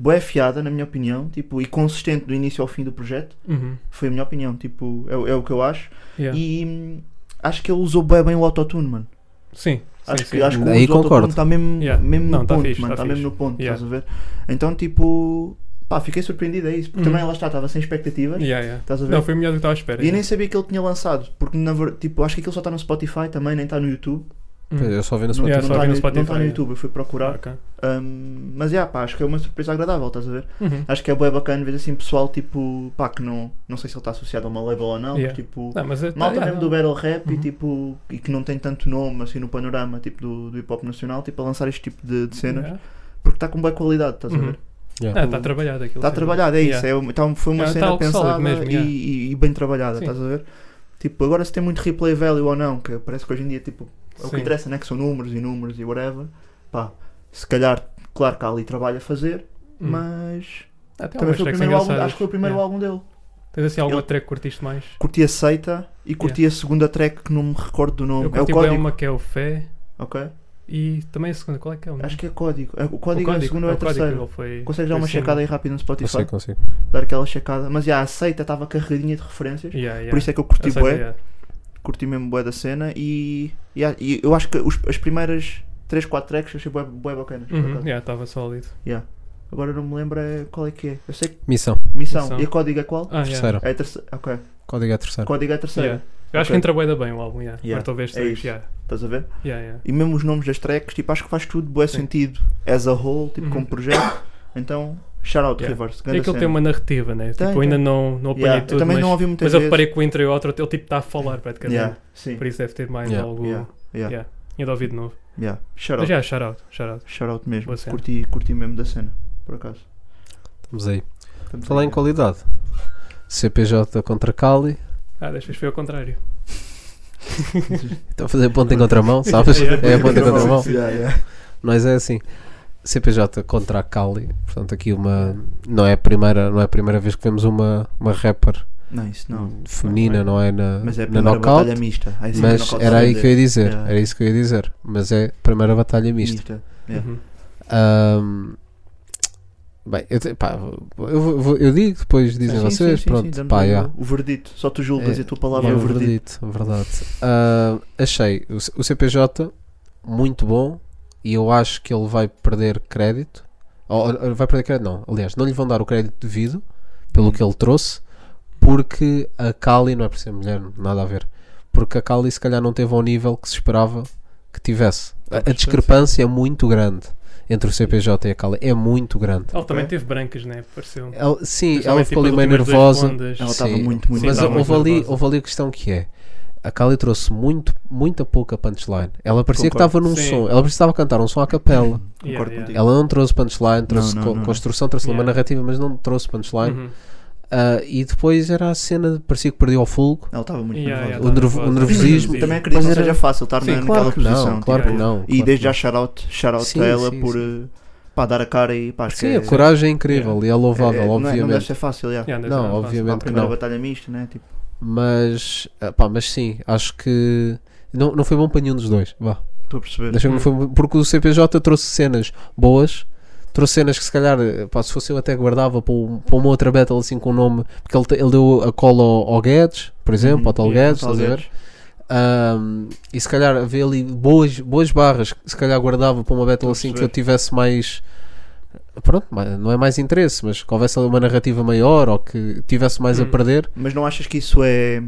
E: bué fiada, na minha opinião, tipo, e consistente do início ao fim do projeto,
B: Uhum.
E: foi a minha opinião, tipo, é, o- é o que eu acho.
B: Yeah.
E: E hum, acho que ele usou bué bem o autotune, mano.
B: Sim.
E: Acho
B: sim,
E: que,
B: sim.
E: acho que
F: Aí
E: o autotune
F: concordo.
E: está mesmo,
B: Yeah.
E: mesmo no
B: Não, tá
E: ponto,
B: fixe,
E: mano,
B: tá
E: está mesmo
B: fixe.
E: no ponto,
B: Yeah.
E: estás a ver? Então, tipo, pá, fiquei surpreendido a isso, porque
B: Uhum.
E: também lá está, estava sem expectativas,
B: Yeah, yeah.
E: estás a ver?
B: Não, foi melhor do que estava à espera.
E: Uhum. E eu nem sabia que ele tinha lançado, porque na ver- tipo, acho que aquilo só está no Spotify também, nem está no YouTube.
B: Uhum.
E: é
F: Eu só vi no
E: Não
F: Spotify.
B: Yeah, só
E: está
B: vi no
E: no, não tá
B: Spotify,
E: no
B: é.
E: YouTube, eu fui procurar.
B: Ok.
E: Ahm, mas é, pá, acho que é uma surpresa agradável, estás a ver?
B: Uhum.
E: Acho que é bem bacana ver assim pessoal, tipo, pá, que não, não sei se ele está associado a uma label ou não,
B: Yeah.
E: mas tipo,
B: Não, mas é-
E: malta
B: yeah,
E: mesmo
B: não.
E: do battle rap e
B: Uhum.
E: tipo, e que não tem tanto nome assim no panorama, tipo, do, do hip hop nacional, tipo, a lançar este tipo de, de cenas,
B: Yeah.
E: porque está com boa qualidade, estás a
B: Uhum.
E: ver?
F: Yeah.
B: Ah, está trabalhado aquilo.
E: Está
B: sim.
E: trabalhado, é isso,
B: Yeah.
E: é uma- tá- foi uma
B: Yeah, tá
E: cena
B: algo sólido
E: pensada
B: mesmo,
E: e,
B: yeah.
E: e- e bem trabalhada,
B: Sim.
E: estás a ver? Tipo, agora se tem muito replay value ou não, que parece que hoje em dia, tipo, é o que
B: Sim.
E: interessa, né? Que são números e números e whatever, pá, se calhar, claro que há ali trabalho a fazer,
B: Hum.
E: mas.
B: Ah, tem algumas
E: Também foi o
B: tracks
E: primeiro álbum,
B: engraçadas.
E: acho que foi o primeiro
B: Yeah.
E: álbum dele.
B: Tens assim alguma
E: Ele-
B: track que curtiste mais?
E: Curti aceita e curti a segunda track que não me recordo do
B: Eu
E: nome. É o
B: curti bem
E: código.
B: uma que é o Fé
E: Ok?
B: e também a segunda. Qual é que é o nome?
E: Acho que é código. É, O
B: O
E: código é a segunda ou
B: é
E: a
B: o código,
E: terceira.
B: ele foi-
E: Consegues dar
B: foi
E: uma
B: assim.
E: checada aí rápido no Spotify?
F: Consigo, consigo.
E: Dar aquela checada. Mas já, a aceita estava carregadinha de referências.
B: Yeah, yeah.
E: Por isso é que eu curti
B: Aceita,
E: bué.
B: yeah.
E: Curti mesmo bué da cena e. e há- e eu acho que os- as primeiras 3, 4 tracks achei bué, bué bacanas. por
B: Uhum,
E: acaso.
B: yeah, estava sólido.
E: Yeah. Agora não me lembro é qual é que é. Eu sei que.
F: Missão,
E: Missão.
B: Missão.
E: E a código é qual?
B: Ah, yeah.
F: terceira.
E: É a terceira. Ok.
F: Código é a terceira.
E: Código é a terceira.
B: Yeah. Eu acho
E: Ok.
B: que entra bué da bem o álbum, yeah.
E: Yeah,
B: Agora talvez
E: é
B: três,
E: isso.
B: yeah.
E: Estás a ver?
B: Yeah, yeah.
E: E mesmo os nomes das tracks, tipo, acho que faz tudo bué
B: Sim.
E: sentido as a whole, tipo,
B: Uhum. É
E: como projeto. Então, shout out
B: Yeah.
E: Rivers,
B: E
E: grande
B: aquilo
E: cena.
B: tem uma narrativa, né?
E: Tem,
B: tipo,
E: tem.
B: ainda não, não apanhei
E: Yeah, eu
B: tudo,
E: também
B: mas,
E: não ouvi muitas
B: mas eu
E: vezes.
B: reparei que o intro e o outro, ele tipo está a falar praticamente.
E: Yeah, Sim.
B: Por isso deve ter mais
F: Yeah.
B: algo.
E: Yeah, yeah,
B: yeah. Tinha de ouvir de novo.
E: yeah. Shout
B: Mas
E: out.
B: já, shout out, shout out.
E: Shout out mesmo.
B: Boa cena.
E: Curti, curti mesmo da cena, por acaso.
F: Estamos aí.
E: Estamos
F: Falar
E: aí,
F: em
E: é.
F: qualidade. CPJ contra Cali.
B: Ah, deixas foi ao contrário.
F: Estão a fazer ponto em contramão, sabes?
B: Yeah.
F: É ponto em contramão.
E: Yeah, yeah.
F: Nós é assim. CPJ contra a Cali. Portanto, aqui uma. Não é a primeira, não é a primeira vez que vemos uma, uma rapper
E: Não, isso não.
F: feminina, não é? Na,
E: Mas é a
F: Hum. na
E: primeira
F: knockout.
E: batalha mista. Aí sim,
F: Mas
E: knockout
F: era aí
E: sem
F: que eu ia dizer.
E: Yeah.
F: Era isso que eu ia dizer. Mas é a primeira batalha mista.
E: Yeah.
B: Uhum.
F: Ahm, bem, eu, te- pá, eu, vou- vou- eu digo, depois dizem
E: Sim, sim,
F: vocês.
E: sim, sim,
F: pronto,
E: damos
F: pá,
E: aí
F: yeah.
E: o, o verdito. Só tu julgas
F: É,
E: e a tua palavra é,
F: Yeah,
E: o verdito.
F: verdade. Ah, achei o, C- o CPJ muito bom e eu acho que ele vai perder crédito. Ou, ou- vai perder crédito, não. Aliás, não lhe vão dar o crédito devido pelo que ele trouxe, porque a Kali, não é por ser mulher, nada a ver. Porque a Kali, se calhar, não teve ao nível que se esperava que tivesse. A, a discrepância é muito grande entre o CPJ e a Kali. É muito grande.
B: Ele também teve brancas, né? Pareceu.
E: É.
F: Ela- sim, ela
B: Principalmente,
F: ficou
B: tipo,
F: ali
B: as
F: meio
B: últimas duas
F: nervosa.
B: rondas.
E: Ela
F: Sim,
E: estava muito, muito
B: Sim,
F: Mas
B: estava
F: houve,
B: muito
F: ali,
B: nervosa.
F: houve ali a questão que é. A Kali trouxe muito, muita pouca punchline. Ela parecia
E: Concordo.
F: que estava num
B: Sim.
F: som, ela precisava cantar um som à capela.
E: Concordo
B: Yeah,
E: contigo.
F: Ela não trouxe punchline, trouxe
E: não,
F: co-
E: não.
F: construção, trouxe uma
B: Yeah.
F: narrativa, mas não trouxe punchline.
B: Uhum.
F: Ah, e depois era a cena, de- parecia que perdeu o fulgo,
E: É, Ela estava muito
B: Yeah,
E: nervosa.
B: yeah,
F: o, nervo- o
B: nervosa.
F: nervosismo.
B: Sim.
E: Ah, Também acredito
F: Mas
E: que não
F: era-
E: seja fácil estar
F: Sim,
E: na, né,
F: claro
E: naquela
F: que não,
E: posição.
F: claro
E: tipo,
F: que não.
E: E
F: claro
E: desde
F: que
E: já
F: não.
E: shout-out
F: Sim,
E: shout a ela
F: sim,
E: por eh, pá, dar a cara e pá, acho
F: Sim,
E: que
F: a coragem é incrível e é louvável,
E: é- não é- Não, deve
F: obviamente.
E: ser fácil, já.
B: Yeah, deve
F: Não,
B: ser fácil.
E: Pá,
F: obviamente que
E: primeira
F: não.
E: batalha mista, né? Tipo,
F: Mas, ah, pá, mas sim, acho que não, não foi bom para nenhum dos dois. Vá.
E: estou a perceber.
F: Deixa-me-
B: Hum.
F: foi- porque o CPJ trouxe cenas boas, trouxe cenas que se calhar, pá, se fosse eu até guardava para, um- para uma outra battle assim com o nome, porque ele, te- ele deu a cola ao, ao Guedes, por um exemplo,
E: Uhum,
F: ao tal
B: yeah,
F: Guedes, estás a ver?
E: Talvez.
F: Ahm, e se calhar havia ali boas, boas barras que se calhar guardava para uma battle
E: Estou a
F: assim que
E: perceber.
F: eu tivesse mais. Pronto, mais- não é mais interesse, mas que houvesse ali uma narrativa maior ou que tivesse mais a
B: Hum.
F: perder,
E: Mas não achas que isso é.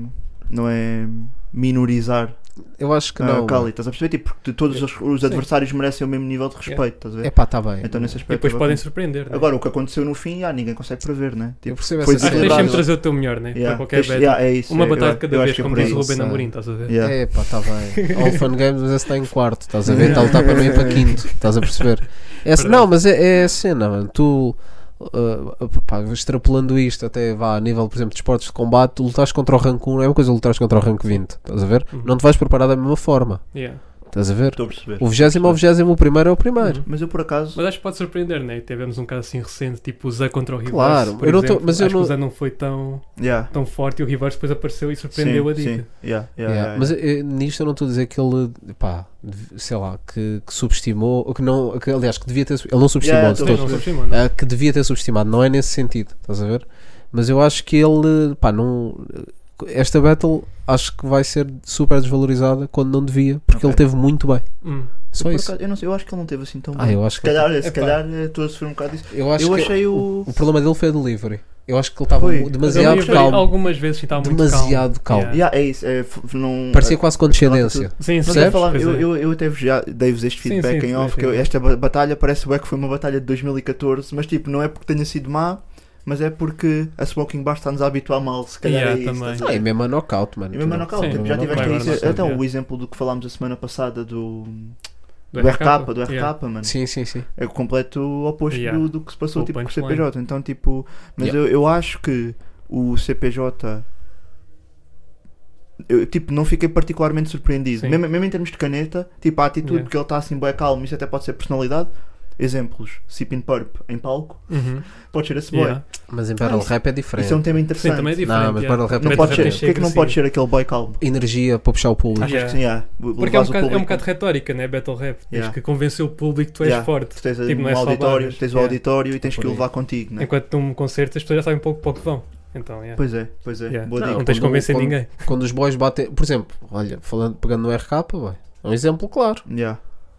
E: Não é minorizar
F: eu acho que
E: a
F: não.
E: Cali? Estás a perceber? Tipo, porque todos os, os
B: Sim.
E: adversários merecem o mesmo nível de respeito, estás a
F: É
E: ver?
F: pá, está bem.
E: Então nesse
B: E
E: aspecto.
B: depois
E: é
B: podem
E: bacana.
B: surpreender. Né?
E: Agora, o que aconteceu no fim, ah, ninguém consegue prever, né?
F: eu
E: Tipo,
F: percebo
E: foi
F: essa
B: Acho que
E: Sim,
F: cena.
E: bravo.
B: deixem-me trazer o teu melhor, né?
E: yeah,
B: Para qualquer
E: deixa-
B: battle.
E: yeah, é isso,
B: Uma
E: é-
B: batalha
E: eu
B: de cada
E: acho
B: vez,
E: que é
B: como
E: por
B: diz o
E: aí.
B: Ruben
F: Sim.
B: Amorim, estás a ver?
E: Yeah.
F: É, pá, está bem. All Fun Games, mas esse está em quarto, estás a ver? Então está para meio para quinto, estás a perceber? Essa, não, mas é, é a cena, mano. Tu, uh, pá, extrapolando isto até vá a nível, por exemplo, de esportes de combate, um, tu lutas contra o rank 1, é uma coisa lutar contra o rank 20, estás a ver?
B: Uhum.
F: Não te vais preparar da mesma forma.
B: Yeah.
F: Estás a ver?
E: Estou a perceber.
F: O vigésimo ao vigésimo, o primeiro é o primeiro.
E: Mas eu por acaso.
B: Uhum. Mas acho que pode surpreender, né? Tivemos um caso assim recente, tipo o Zé contra o Reverse.
F: Claro,
B: por
F: eu não tô-
B: exemplo.
F: mas eu
B: acho
F: não-
B: que o Zé não foi tão,
E: Yeah.
B: tão forte e o Reverse depois apareceu e surpreendeu
E: sim,
B: a dica.
E: Sim. Yeah, yeah,
F: Yeah,
E: yeah,
F: Mas
E: yeah.
F: eh, nisto eu não estou a dizer que ele, pá, dev- sei lá, que, que subestimou, ou que não, que, aliás, que devia ter, su- ele não subestimou
E: Yeah,
F: de
E: Sim,
B: Sim,
F: todo,
B: não
E: sim.
B: subestimou, não.
F: Ah, que devia ter subestimado, não é nesse sentido, estás a ver? Mas eu acho que ele, pá, não, esta battle acho que vai ser super desvalorizada quando não devia, porque
E: Ok.
F: ele teve muito bem,
B: Hum.
E: Eu,
F: só
E: por
F: isso.
E: acaso- eu não sei, eu acho que ele não teve assim tão
F: Ah,
E: bem.
F: eu acho
E: Se
F: que ele-
E: calhar, se
B: Epá.
E: calhar eh, estou a sofrer um bocado disso.
F: eu, acho
E: eu
F: que
E: achei o-
F: o problema dele foi a delivery. Eu acho que ele estava
E: Foi.
F: mu-
B: Mas ele
F: demasiado
B: ia ver
F: calmo,
B: Algumas vezes sim, estava muito
F: demasiado
B: calmo.
F: calmo.
B: Yeah.
E: Yeah, é isso. É, f- f- não,
F: parecia quase condescendência.
B: Sim,
E: Mas
F: Percebes?
E: eu, falava,
B: Pois
E: eu,
B: é.
E: eu, eu até vos já dei-vos este
B: Sim,
E: feedback
B: sim,
E: em
B: sim,
E: off,
B: sim,
E: que eu-
B: sim.
E: esta ba- batalha parece bué que foi uma batalha de 2014, mas tipo, não é porque tenha sido má, mas é porque a Smoking Bar está-nos a habituar mal, se calhar
B: Yeah,
E: é isso.
B: também.
E: estás a
F: Ah,
E: ver?
F: e mesmo a knockout, mano.
E: E mesmo a
F: Não-
E: knockout,
B: Sim,
E: tipo, já
F: não-
E: tiveste
B: agora
E: isso.
B: não sei,
E: Então,
B: yeah.
E: o exemplo do que falámos a semana passada do, do, RK, do RK,
B: Yeah.
E: mano.
F: Sim, sim, sim.
E: É o completo oposto
B: Yeah.
E: do, do que se passou
B: O
E: tipo, com o
B: punchline.
E: CPJ. Então, tipo, mas
F: Yeah.
E: eu, eu acho que o CPJ. Eu, tipo, não fiquei particularmente surpreendido.
B: Sim.
E: Mesmo, mesmo em termos de caneta, tipo, a atitude,
B: Yeah.
E: porque ele está assim, bem calmo, isso até pode ser personalidade. Exemplos: Sipping Purp em palco,
B: Uhum.
E: pode ser esse boy.
B: Yeah.
F: Mas em Battle
E: isso-
F: Rap é diferente.
E: Isso é um tema
B: Sim,
E: interessante.
B: também assim. é diferente.
F: Não, mas
B: yeah.
F: Battle Rap
E: não
F: é
E: pode ser.
F: diferente.
E: Porquê é que não
B: agressivo.
E: pode ser aquele boy calmo?
F: Energia para puxar o público.
E: Acho que sim, yeah.
B: Porque é um,
E: Levas o
B: bocado, é um
E: público.
B: bocado retórica, né? Battle rap. Tens
E: Yeah.
B: que convencer o público que tu és
E: Yeah.
B: forte.
E: Tu tens
B: Tipo,
E: um
B: não é só
E: auditório,
B: barras.
E: tens o
B: Yeah. É
E: auditório e tens que
F: Por
E: o
F: aí.
E: levar contigo, né?
B: Enquanto num concerto as pessoas já sabem pouco para o que vão. Então, yeah.
E: Pois é, pois é.
B: Yeah.
E: Boa
B: Não,
E: dica. um
B: não tens de convencer
F: quando-
B: ninguém.
F: Quando os boys batem. Por exemplo, olha, falando, pegando no RK, vai. É um exemplo claro.
E: Yeah.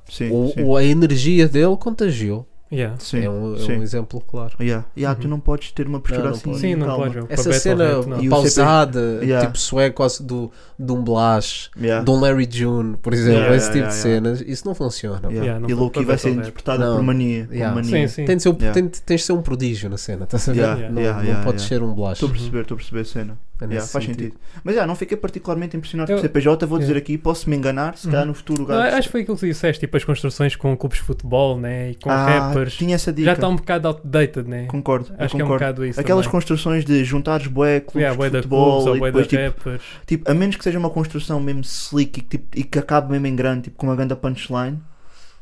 E: Sim,
F: O,
E: sim.
F: o- a energia dele contagiou.
B: Yeah.
E: Sim,
F: é um, é
E: sim.
F: um exemplo claro.
E: Yeah. Yeah, Tu
B: Uhum.
E: não podes ter uma postura
F: Não, não
E: assim.
F: podes.
B: Sim, não
E: calma.
B: pode.
F: Essa cena
E: E o
F: pausada,
E: CP Yeah.
F: tipo swag quase do, de um Blash,
E: Yeah.
F: de um Larry June, por exemplo,
E: Yeah,
F: esse tipo
E: yeah,
F: de
E: yeah,
F: cenas, isso não funciona.
E: Yeah.
B: Yeah, não
E: e
B: pode-
E: Loki
B: pode
E: vai
B: dar
E: ser
B: só
E: interpretada
F: Não.
E: por mania. por
F: Yeah.
B: Sim,
E: mania.
B: sim.
F: Tem de ser, o-
E: Yeah.
F: tem de- tens de ser um prodígio na cena, estás a ver?
E: Yeah,
B: Yeah.
F: Não,
E: yeah,
F: não
E: yeah,
F: podes
E: yeah.
F: ser um Blash.
E: Estou a perceber, estou a perceber a cena.
F: É nesse
E: Yeah, faz sentido.
F: sentido.
E: Mas já, não fiquei particularmente impressionado
B: Eu-
E: com o CPJ. Vou dizer
B: Yeah.
E: aqui, posso me enganar, se
B: Uhum.
E: calhar no futuro o
B: Não,
E: gajo.
B: acho que foi aquilo que tu disseste, tipo as construções com clubes de futebol, né? E com
E: Ah,
B: rappers.
E: tinha essa dica.
B: Já está um bocado outdated, né?
E: Concordo, eu
B: Acho que é um
E: concordo.
B: bocado isso.
E: Aquelas
B: também.
E: construções de juntares bué, clubes
B: Yeah, bué
E: de
B: da
E: futebol
B: clubes ou
E: e
B: bué
E: depois
B: da
E: tipo,
B: rappers.
E: tipo, a menos que seja uma construção mesmo slick e que, tipo, e que acabe mesmo em grande, tipo com uma grande punchline,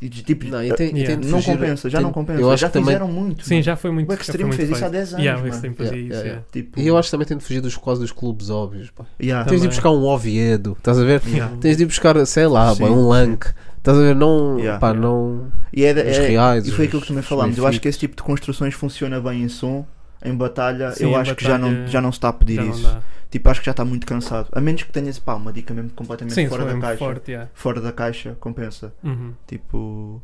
E: e de- tipo,
F: Não, e tem- e
B: Yeah.
F: tem de
E: não
F: fugir-
E: compensa, já
F: tem-
E: não compensa.
F: Eu acho
E: já
F: que também
E: fizeram muito.
B: Sim,
E: mano.
B: já foi muito
E: O Extreme fez isso há 10 anos.
B: Yeah, o
E: mano.
B: Extreme fazia
F: Yeah,
B: isso,
F: yeah,
B: yeah.
E: Tipo,
F: E eu acho que também tem de fugir dos quase dos clubes óbvios. pá.
E: yeah.
F: Tens de ir
B: Também.
F: buscar um Oviedo, estás a ver?
E: Yeah.
F: Tens de ir buscar, sei lá,
E: Sim,
F: boy, um Lank. Estás a ver? Não.
E: Yeah.
F: Pá,
B: Yeah.
F: não.
E: E, é,
F: Os
E: é-
F: reais,
E: e foi
F: os-
E: aquilo que também
F: os
E: falámos. Eu acho
F: benefícios.
E: que esse tipo de construções funciona bem em som. Em batalha,
B: Sim,
E: eu
B: em
E: acho que já não,
B: batalha
E: já não se está a pedir
B: Já não
E: isso.
B: dá.
E: Tipo, acho que já está muito cansado. A menos que tenhas pá, uma dica mesmo completamente
B: Sim,
E: fora
B: foi
E: da
B: muito
E: caixa.
B: forte, yeah.
E: Fora da caixa, compensa.
B: Uhum.
E: Tipo.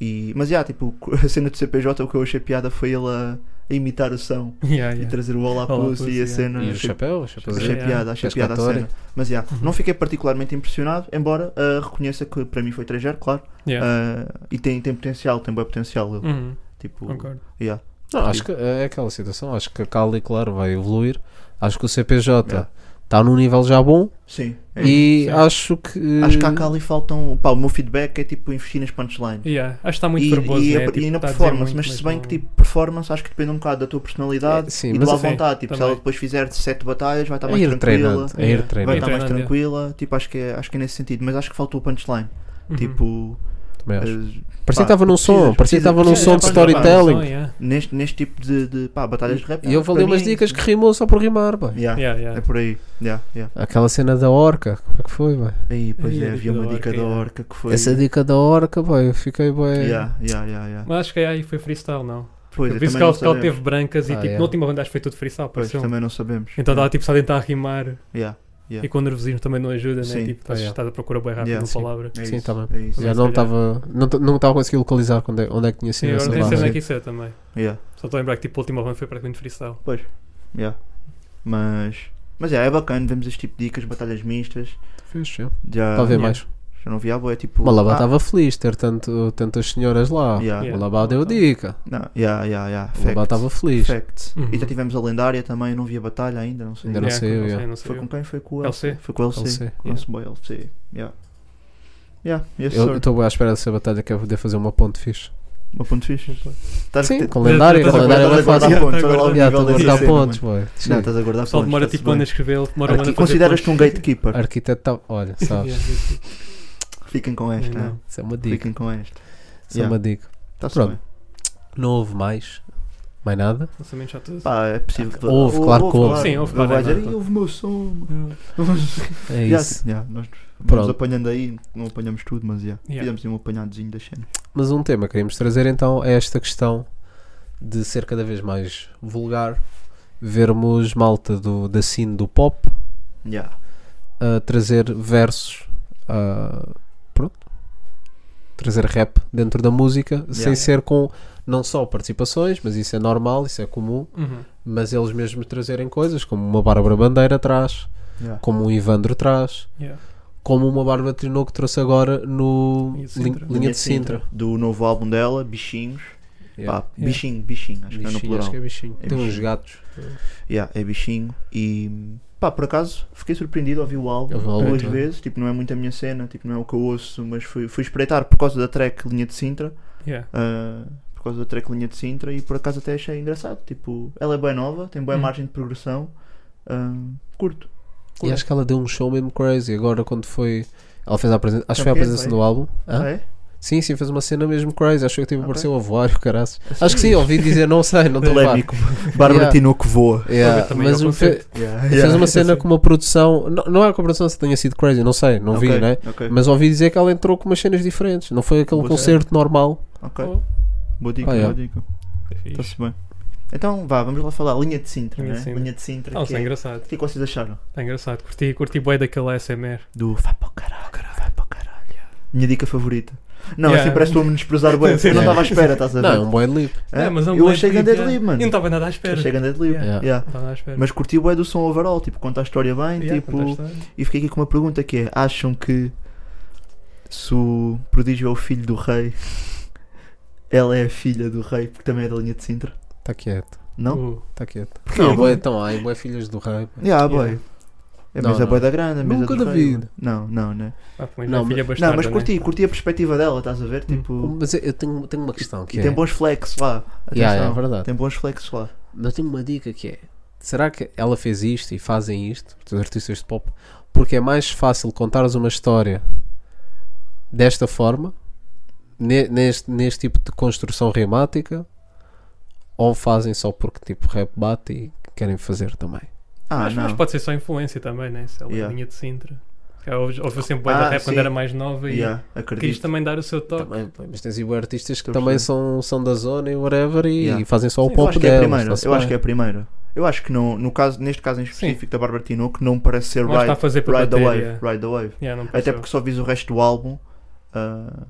E: E, mas já, tipo, a cena do CPJ, o que eu achei piada foi ele a, a imitar o som
B: Yeah,
E: e
B: yeah.
E: trazer o Olá
B: Olá,
E: Pussy
B: Pussy,
E: e a
B: yeah.
E: cena. tipo,
F: E o
E: achei-
F: chapéu, o chapéu.
E: Achei
B: Yeah.
E: piada, achei piada a
F: Pescatória.
E: cena. Mas já, não fiquei particularmente impressionado, embora ah, reconheça que para mim foi 3 claro.
B: Yeah.
E: Ah, e tem, tem potencial, tem bom potencial. ele.
B: Uhum,
E: Tipo,
B: Concordo.
E: yeah.
F: Não, acho que é aquela situação. Acho que a Cali, claro, vai evoluir. Acho que o CPJ está tá num nível já bom
E: Sim. é isso.
F: e
B: sim.
F: acho que.
E: Acho que há cá ali faltam. Pá, o meu feedback é tipo investir nas punchlines.
B: Yeah, Acho que está muito
E: e,
B: verboso,
E: e,
B: né?
E: a-
B: Tipo,
E: e na
B: está a dizer
E: performance,
B: muito,
E: mas se bem
B: não-
E: que tipo performance acho que depende um bocado da tua personalidade
F: É, sim,
E: e
F: mas
E: da tua
F: assim,
E: vontade. Tipo, se
B: também.
E: ela depois fizer 7 batalhas vai estar
F: É
E: mais né?
F: ir
E: tranquila.
F: treinando. É ir
B: Yeah. Vai
E: Vai
F: treinando.
E: estar mais
B: treinando, é.
E: tranquila. Tipo, acho que é, acho que é nesse sentido. Mas acho que faltou o punchline.
B: Uhum.
E: Tipo,
F: Também acho.
E: eh,
F: Parecia que
E: pá,
F: estava num som,
E: precisas,
F: parecia que estava num
E: precisas,
F: som de
E: precisas, pá,
F: storytelling.
B: Yeah,
E: neste, neste tipo de, de pá, batalhas de rap.
F: E eu
E: para
F: falei umas
E: mim,
F: dicas que rimou só por rimar, pá.
E: yeah,
B: yeah,
E: É
B: yeah.
E: por aí. Yeah, yeah.
F: Aquela cena da orca, como é que foi, pá?
E: Aí, pois
B: Aí,
E: é,
B: a
E: havia
B: dica
E: uma
B: da
E: dica
B: orca,
E: da
B: yeah.
E: orca que foi.
F: Essa dica da orca, pá, eu fiquei bem.
E: é. Yeah, yeah, yeah, yeah.
B: Mas acho que aí foi freestyle, não?
E: Pois,
B: Eu
E: é,
B: vi que
E: também
B: ela
E: não
B: ela
E: sabemos.
B: teve brancas e
F: Ah,
B: tipo,
F: yeah.
B: na última ronda acho que foi tudo freestyle,
E: Pois,
B: pareceu.
E: também não sabemos.
B: Então estava tipo só a tentar rimar
E: Yeah, yeah.
B: e com o nervosismo também não ajuda,
E: Sim.
B: né? Tipo, estás,
F: Ah, yeah.
B: estás a procurar bem rápido
E: Yeah.
B: uma
F: Sim.
B: palavra.
E: É
F: Sim,
E: isso,
F: tá bem.
E: É isso.
F: Já
B: Mas
F: não
B: se calhar-
F: estava não, t- não estava conseguindo localizar quando é- onde é que tinha sido
B: Sim, agora
F: essa
B: não tenho certeza onde é
F: barra.
B: que isso é também.
E: Yeah,
B: Só estou a lembrar que tipo, a última ronda foi praticamente freestyle.
E: yeah. Mas, mas é, é bacana, vemos este tipo de dicas, batalhas mistas.
F: Fixe, é.
E: Já,
F: Para ver
B: Yeah.
F: mais.
E: já não vi a boa, é tipo.
F: Malaba
E: ah,
F: estava feliz de ter tanto, tantas senhoras lá.
E: Yeah.
B: Yeah.
F: Malaba deu dica.
E: Não, yeah, yeah, yeah.
F: Malaba
E: Fact.
F: estava feliz.
E: Fact.
B: Uhum.
E: E já tivemos a lendária também, não vi a batalha ainda, não sei.
F: Ainda não
B: Yeah, É
F: saiu,
B: não
F: yeah.
B: sei, não
E: Foi
B: saiu.
E: com quem? Foi com o
B: LC.
E: LC. Foi com o LC.
F: LC, yeah.
E: Nosso boy LC. Yeah. Yeah, é yes,
F: Eu
E: sir.
F: estou à espera dessa batalha que é poder fazer uma ponte fixe.
E: Uma ponto fixe. Estás
F: Sim,
E: estás
F: com lendário,
B: Já
F: com
E: a
F: lendário é
E: guardar-
F: mais
E: estás a guardar
F: fácil.
E: pontos,
B: Yeah,
E: olha lá o
B: guardar-
F: Já,
E: nível
F: estou a
E: desse
F: guardar
E: cena,
F: pontos,
E: mano.
F: boy.
E: Não, estás a guardar
B: O pessoal
E: pontos.
B: demora
E: está-se
B: tipo quando a
E: bem.
B: escrever, ele demora um ano a
E: Arqui-
B: fazer pontos.
E: Consideras-te um gatekeeper.
F: Arquiteto, tá- olha, sabes.
B: Yeah,
E: Fiquem com esta.
B: Não.
F: Isso é uma dica.
E: Fiquem com esta. Tá
F: Isso
E: Yeah.
F: é uma dica.
E: Está-se
F: Pronto.
E: bem.
F: Não houve mais. Mais nada.
B: Lançamento já tudo.
E: Pá, é possível.
F: Houve, claro que houve.
B: Sim, houve,
E: Não
B: claro,
E: vai dizer,
B: claro.
E: "Ih, houve o meu som.
F: É
E: Yeah,
F: isso.
E: tipo, yeah, nós vamos
F: Pronto.
E: apanhando aí, não apanhamos tudo, mas yeah,
B: Yeah.
E: fizemos um apanhadozinho das cenas.
F: Mas um tema que queríamos trazer então é esta questão de ser cada vez mais vulgar, vermos malta do, da cena do pop
E: Yeah.
F: a trazer versos, a- pronto, trazer rap dentro da música, sem ser com não só participações, mas isso é normal, isso é comum,
B: Uhum.
F: mas eles mesmos trazerem coisas como uma Bárbara Bandeira traz,
E: Yeah.
F: como um Ivandro traz,
B: Yeah.
F: como uma Bárbara Tinoco que trouxe agora no
B: Linha de
F: Lin-
B: Sintra.
F: Linha de Sintra.
E: Do novo álbum dela, Bichinhos.
F: Yeah.
E: Pá, Bichinho, bichinho, acho que é no
F: Bichinho,
E: plural.
F: acho que é bichinho.
E: É
F: Tem uns
E: bichinho.
F: gatos.
E: Yeah, é bichinho. E pá, por acaso fiquei surpreendido ao ouvir o álbum
F: Eu vi o álbum então.
E: duas
F: todo.
E: vezes. Tipo, não é muito a minha cena, tipo, não é o que eu ouço, mas fui, fui espreitar por causa da track Linha de Sintra.
B: Yeah.
E: ah, por causa da track Linha de Sintra e por acaso até achei engraçado. Tipo, ela é bem nova, tem boa
B: Hum.
E: margem de progressão. ah, curto.
F: E acho que ela deu um show mesmo crazy agora quando foi. Ela fez a apresentação. Acho que foi a
E: Ok,
F: apresentação
E: foi.
F: do álbum. Hã?
E: Ah, é?
F: Sim, sim, fez uma cena mesmo crazy. Acho que tipo,
E: Ok.
F: apareceu a voar e o caraças. Acho que sim, ouvi dizer, não sei, não estou lá.
E: Polémico. Bárbara
F: Yeah.
E: Tinoco voa.
F: Yeah,
B: Também
F: mas um
B: ao
F: fe-
B: concerto.
F: fez uma cena com uma produção. Não, não é que a produção se tenha sido crazy, não sei, não vi, né? Mas ouvi dizer que ela entrou com umas cenas diferentes. Não foi aquele
E: Boa
F: concerto normal.
E: Ok. Tá
B: Oh,
E: Boa dica,
F: Ah, yeah.
E: boa dica.
B: é fixe.
E: Está-se bem. Então, vá, vamos lá falar. Linha de Sintra,
B: Linha
E: né?
B: de Sintra.
E: Linha de Sintra.
B: Não,
E: que
B: está
E: é-
B: Ah, engraçado.
E: O que é que vocês acharam?
B: Está engraçado. Curti, curti bué daquele ASMR.
E: Do vai para o caralho, vai para o caralho. Minha dica favorita. Não,
B: Yeah.
E: assim parece que estou a menosprezar bem. Eu não
F: Yeah.
E: estava à espera, estás a ver?
F: Não, é um bom lip.
E: Hã?
B: É, mas é um
E: Eu
B: bué
E: achei
B: de
E: grande
B: clipe,
E: Adlib,
B: é.
E: mano.
B: Eu não estava nada à espera.
E: Achei grande Adlib.
B: Yeah.
F: Yeah.
E: Yeah.
B: Não estava nada à espera.
E: Mas curti o é do som overall, tipo, conta a história bem,
B: Yeah,
E: tipo,
B: conta a história.
E: e fiquei aqui com uma pergunta que é, acham que se o prodígio é o filho do rei, ela é a filha do rei, porque também é da linha de Sintra?
F: Está Tá quieto,
E: Não?
B: Uh,
F: está quieto.
E: Porquê?
F: Não, boé, então, ai, boé, filhas do rei. pá.
E: Yeah, boy.
B: Yeah.
E: É
F: Não,
E: mesa
F: não.
E: boy da grande, a mesa
F: Nunca
E: do
F: na
E: rei,
F: vida.
E: mano. Não, não, né?
B: ah, mas
F: Não,
B: não, filha
E: Não,
B: bastarda,
E: mas
B: né?
E: curti, curti a perspectiva dela, estás a
B: Hum.
E: ver? Tipo,
F: Mas eu- eu tenho, tenho uma questão que
E: e
F: é.
E: tem bons flex lá. Atenção,
F: Yeah, é verdade.
E: tem bons flex lá.
F: Mas tenho uma dica que é: será que ela fez isto e fazem isto, os artistas de pop, porque é mais fácil contares uma história desta forma, ne- neste, neste tipo de construção rimática, ou fazem só porque tipo rap bate e querem fazer também?
E: Ah,
B: mas,
E: não.
B: mas pode ser só influência também, né? Se ela é
E: Yeah.
B: linha de Sintra. Houve sempre bué
E: Ah,
B: da rap quando
E: sim.
B: era mais nova e
E: Yeah,
B: quis
E: acredito.
B: também dar o seu toque.
F: Também, pá, mas tens aí bué artistas
E: Estou
F: que
E: a
F: também
E: perceber.
F: são, são da zona e whatever e,
E: Yeah.
F: e fazem só
E: Eu
F: o pop
E: acho que é a
F: delas.
E: primeira.
F: está-se
E: Eu acho que é
F: bem.
E: a primeira. Eu acho que não, no caso, neste caso em específico da Bárbara Tinoco, não me parece ser
B: Não acho que está a
E: Ride,
B: fazer para
E: ride the
B: bater,
E: Wave.
B: yeah.
E: Ride the Wave.
B: Yeah, não
E: Até
B: pareceu.
E: porque só vis o resto do álbum. ah,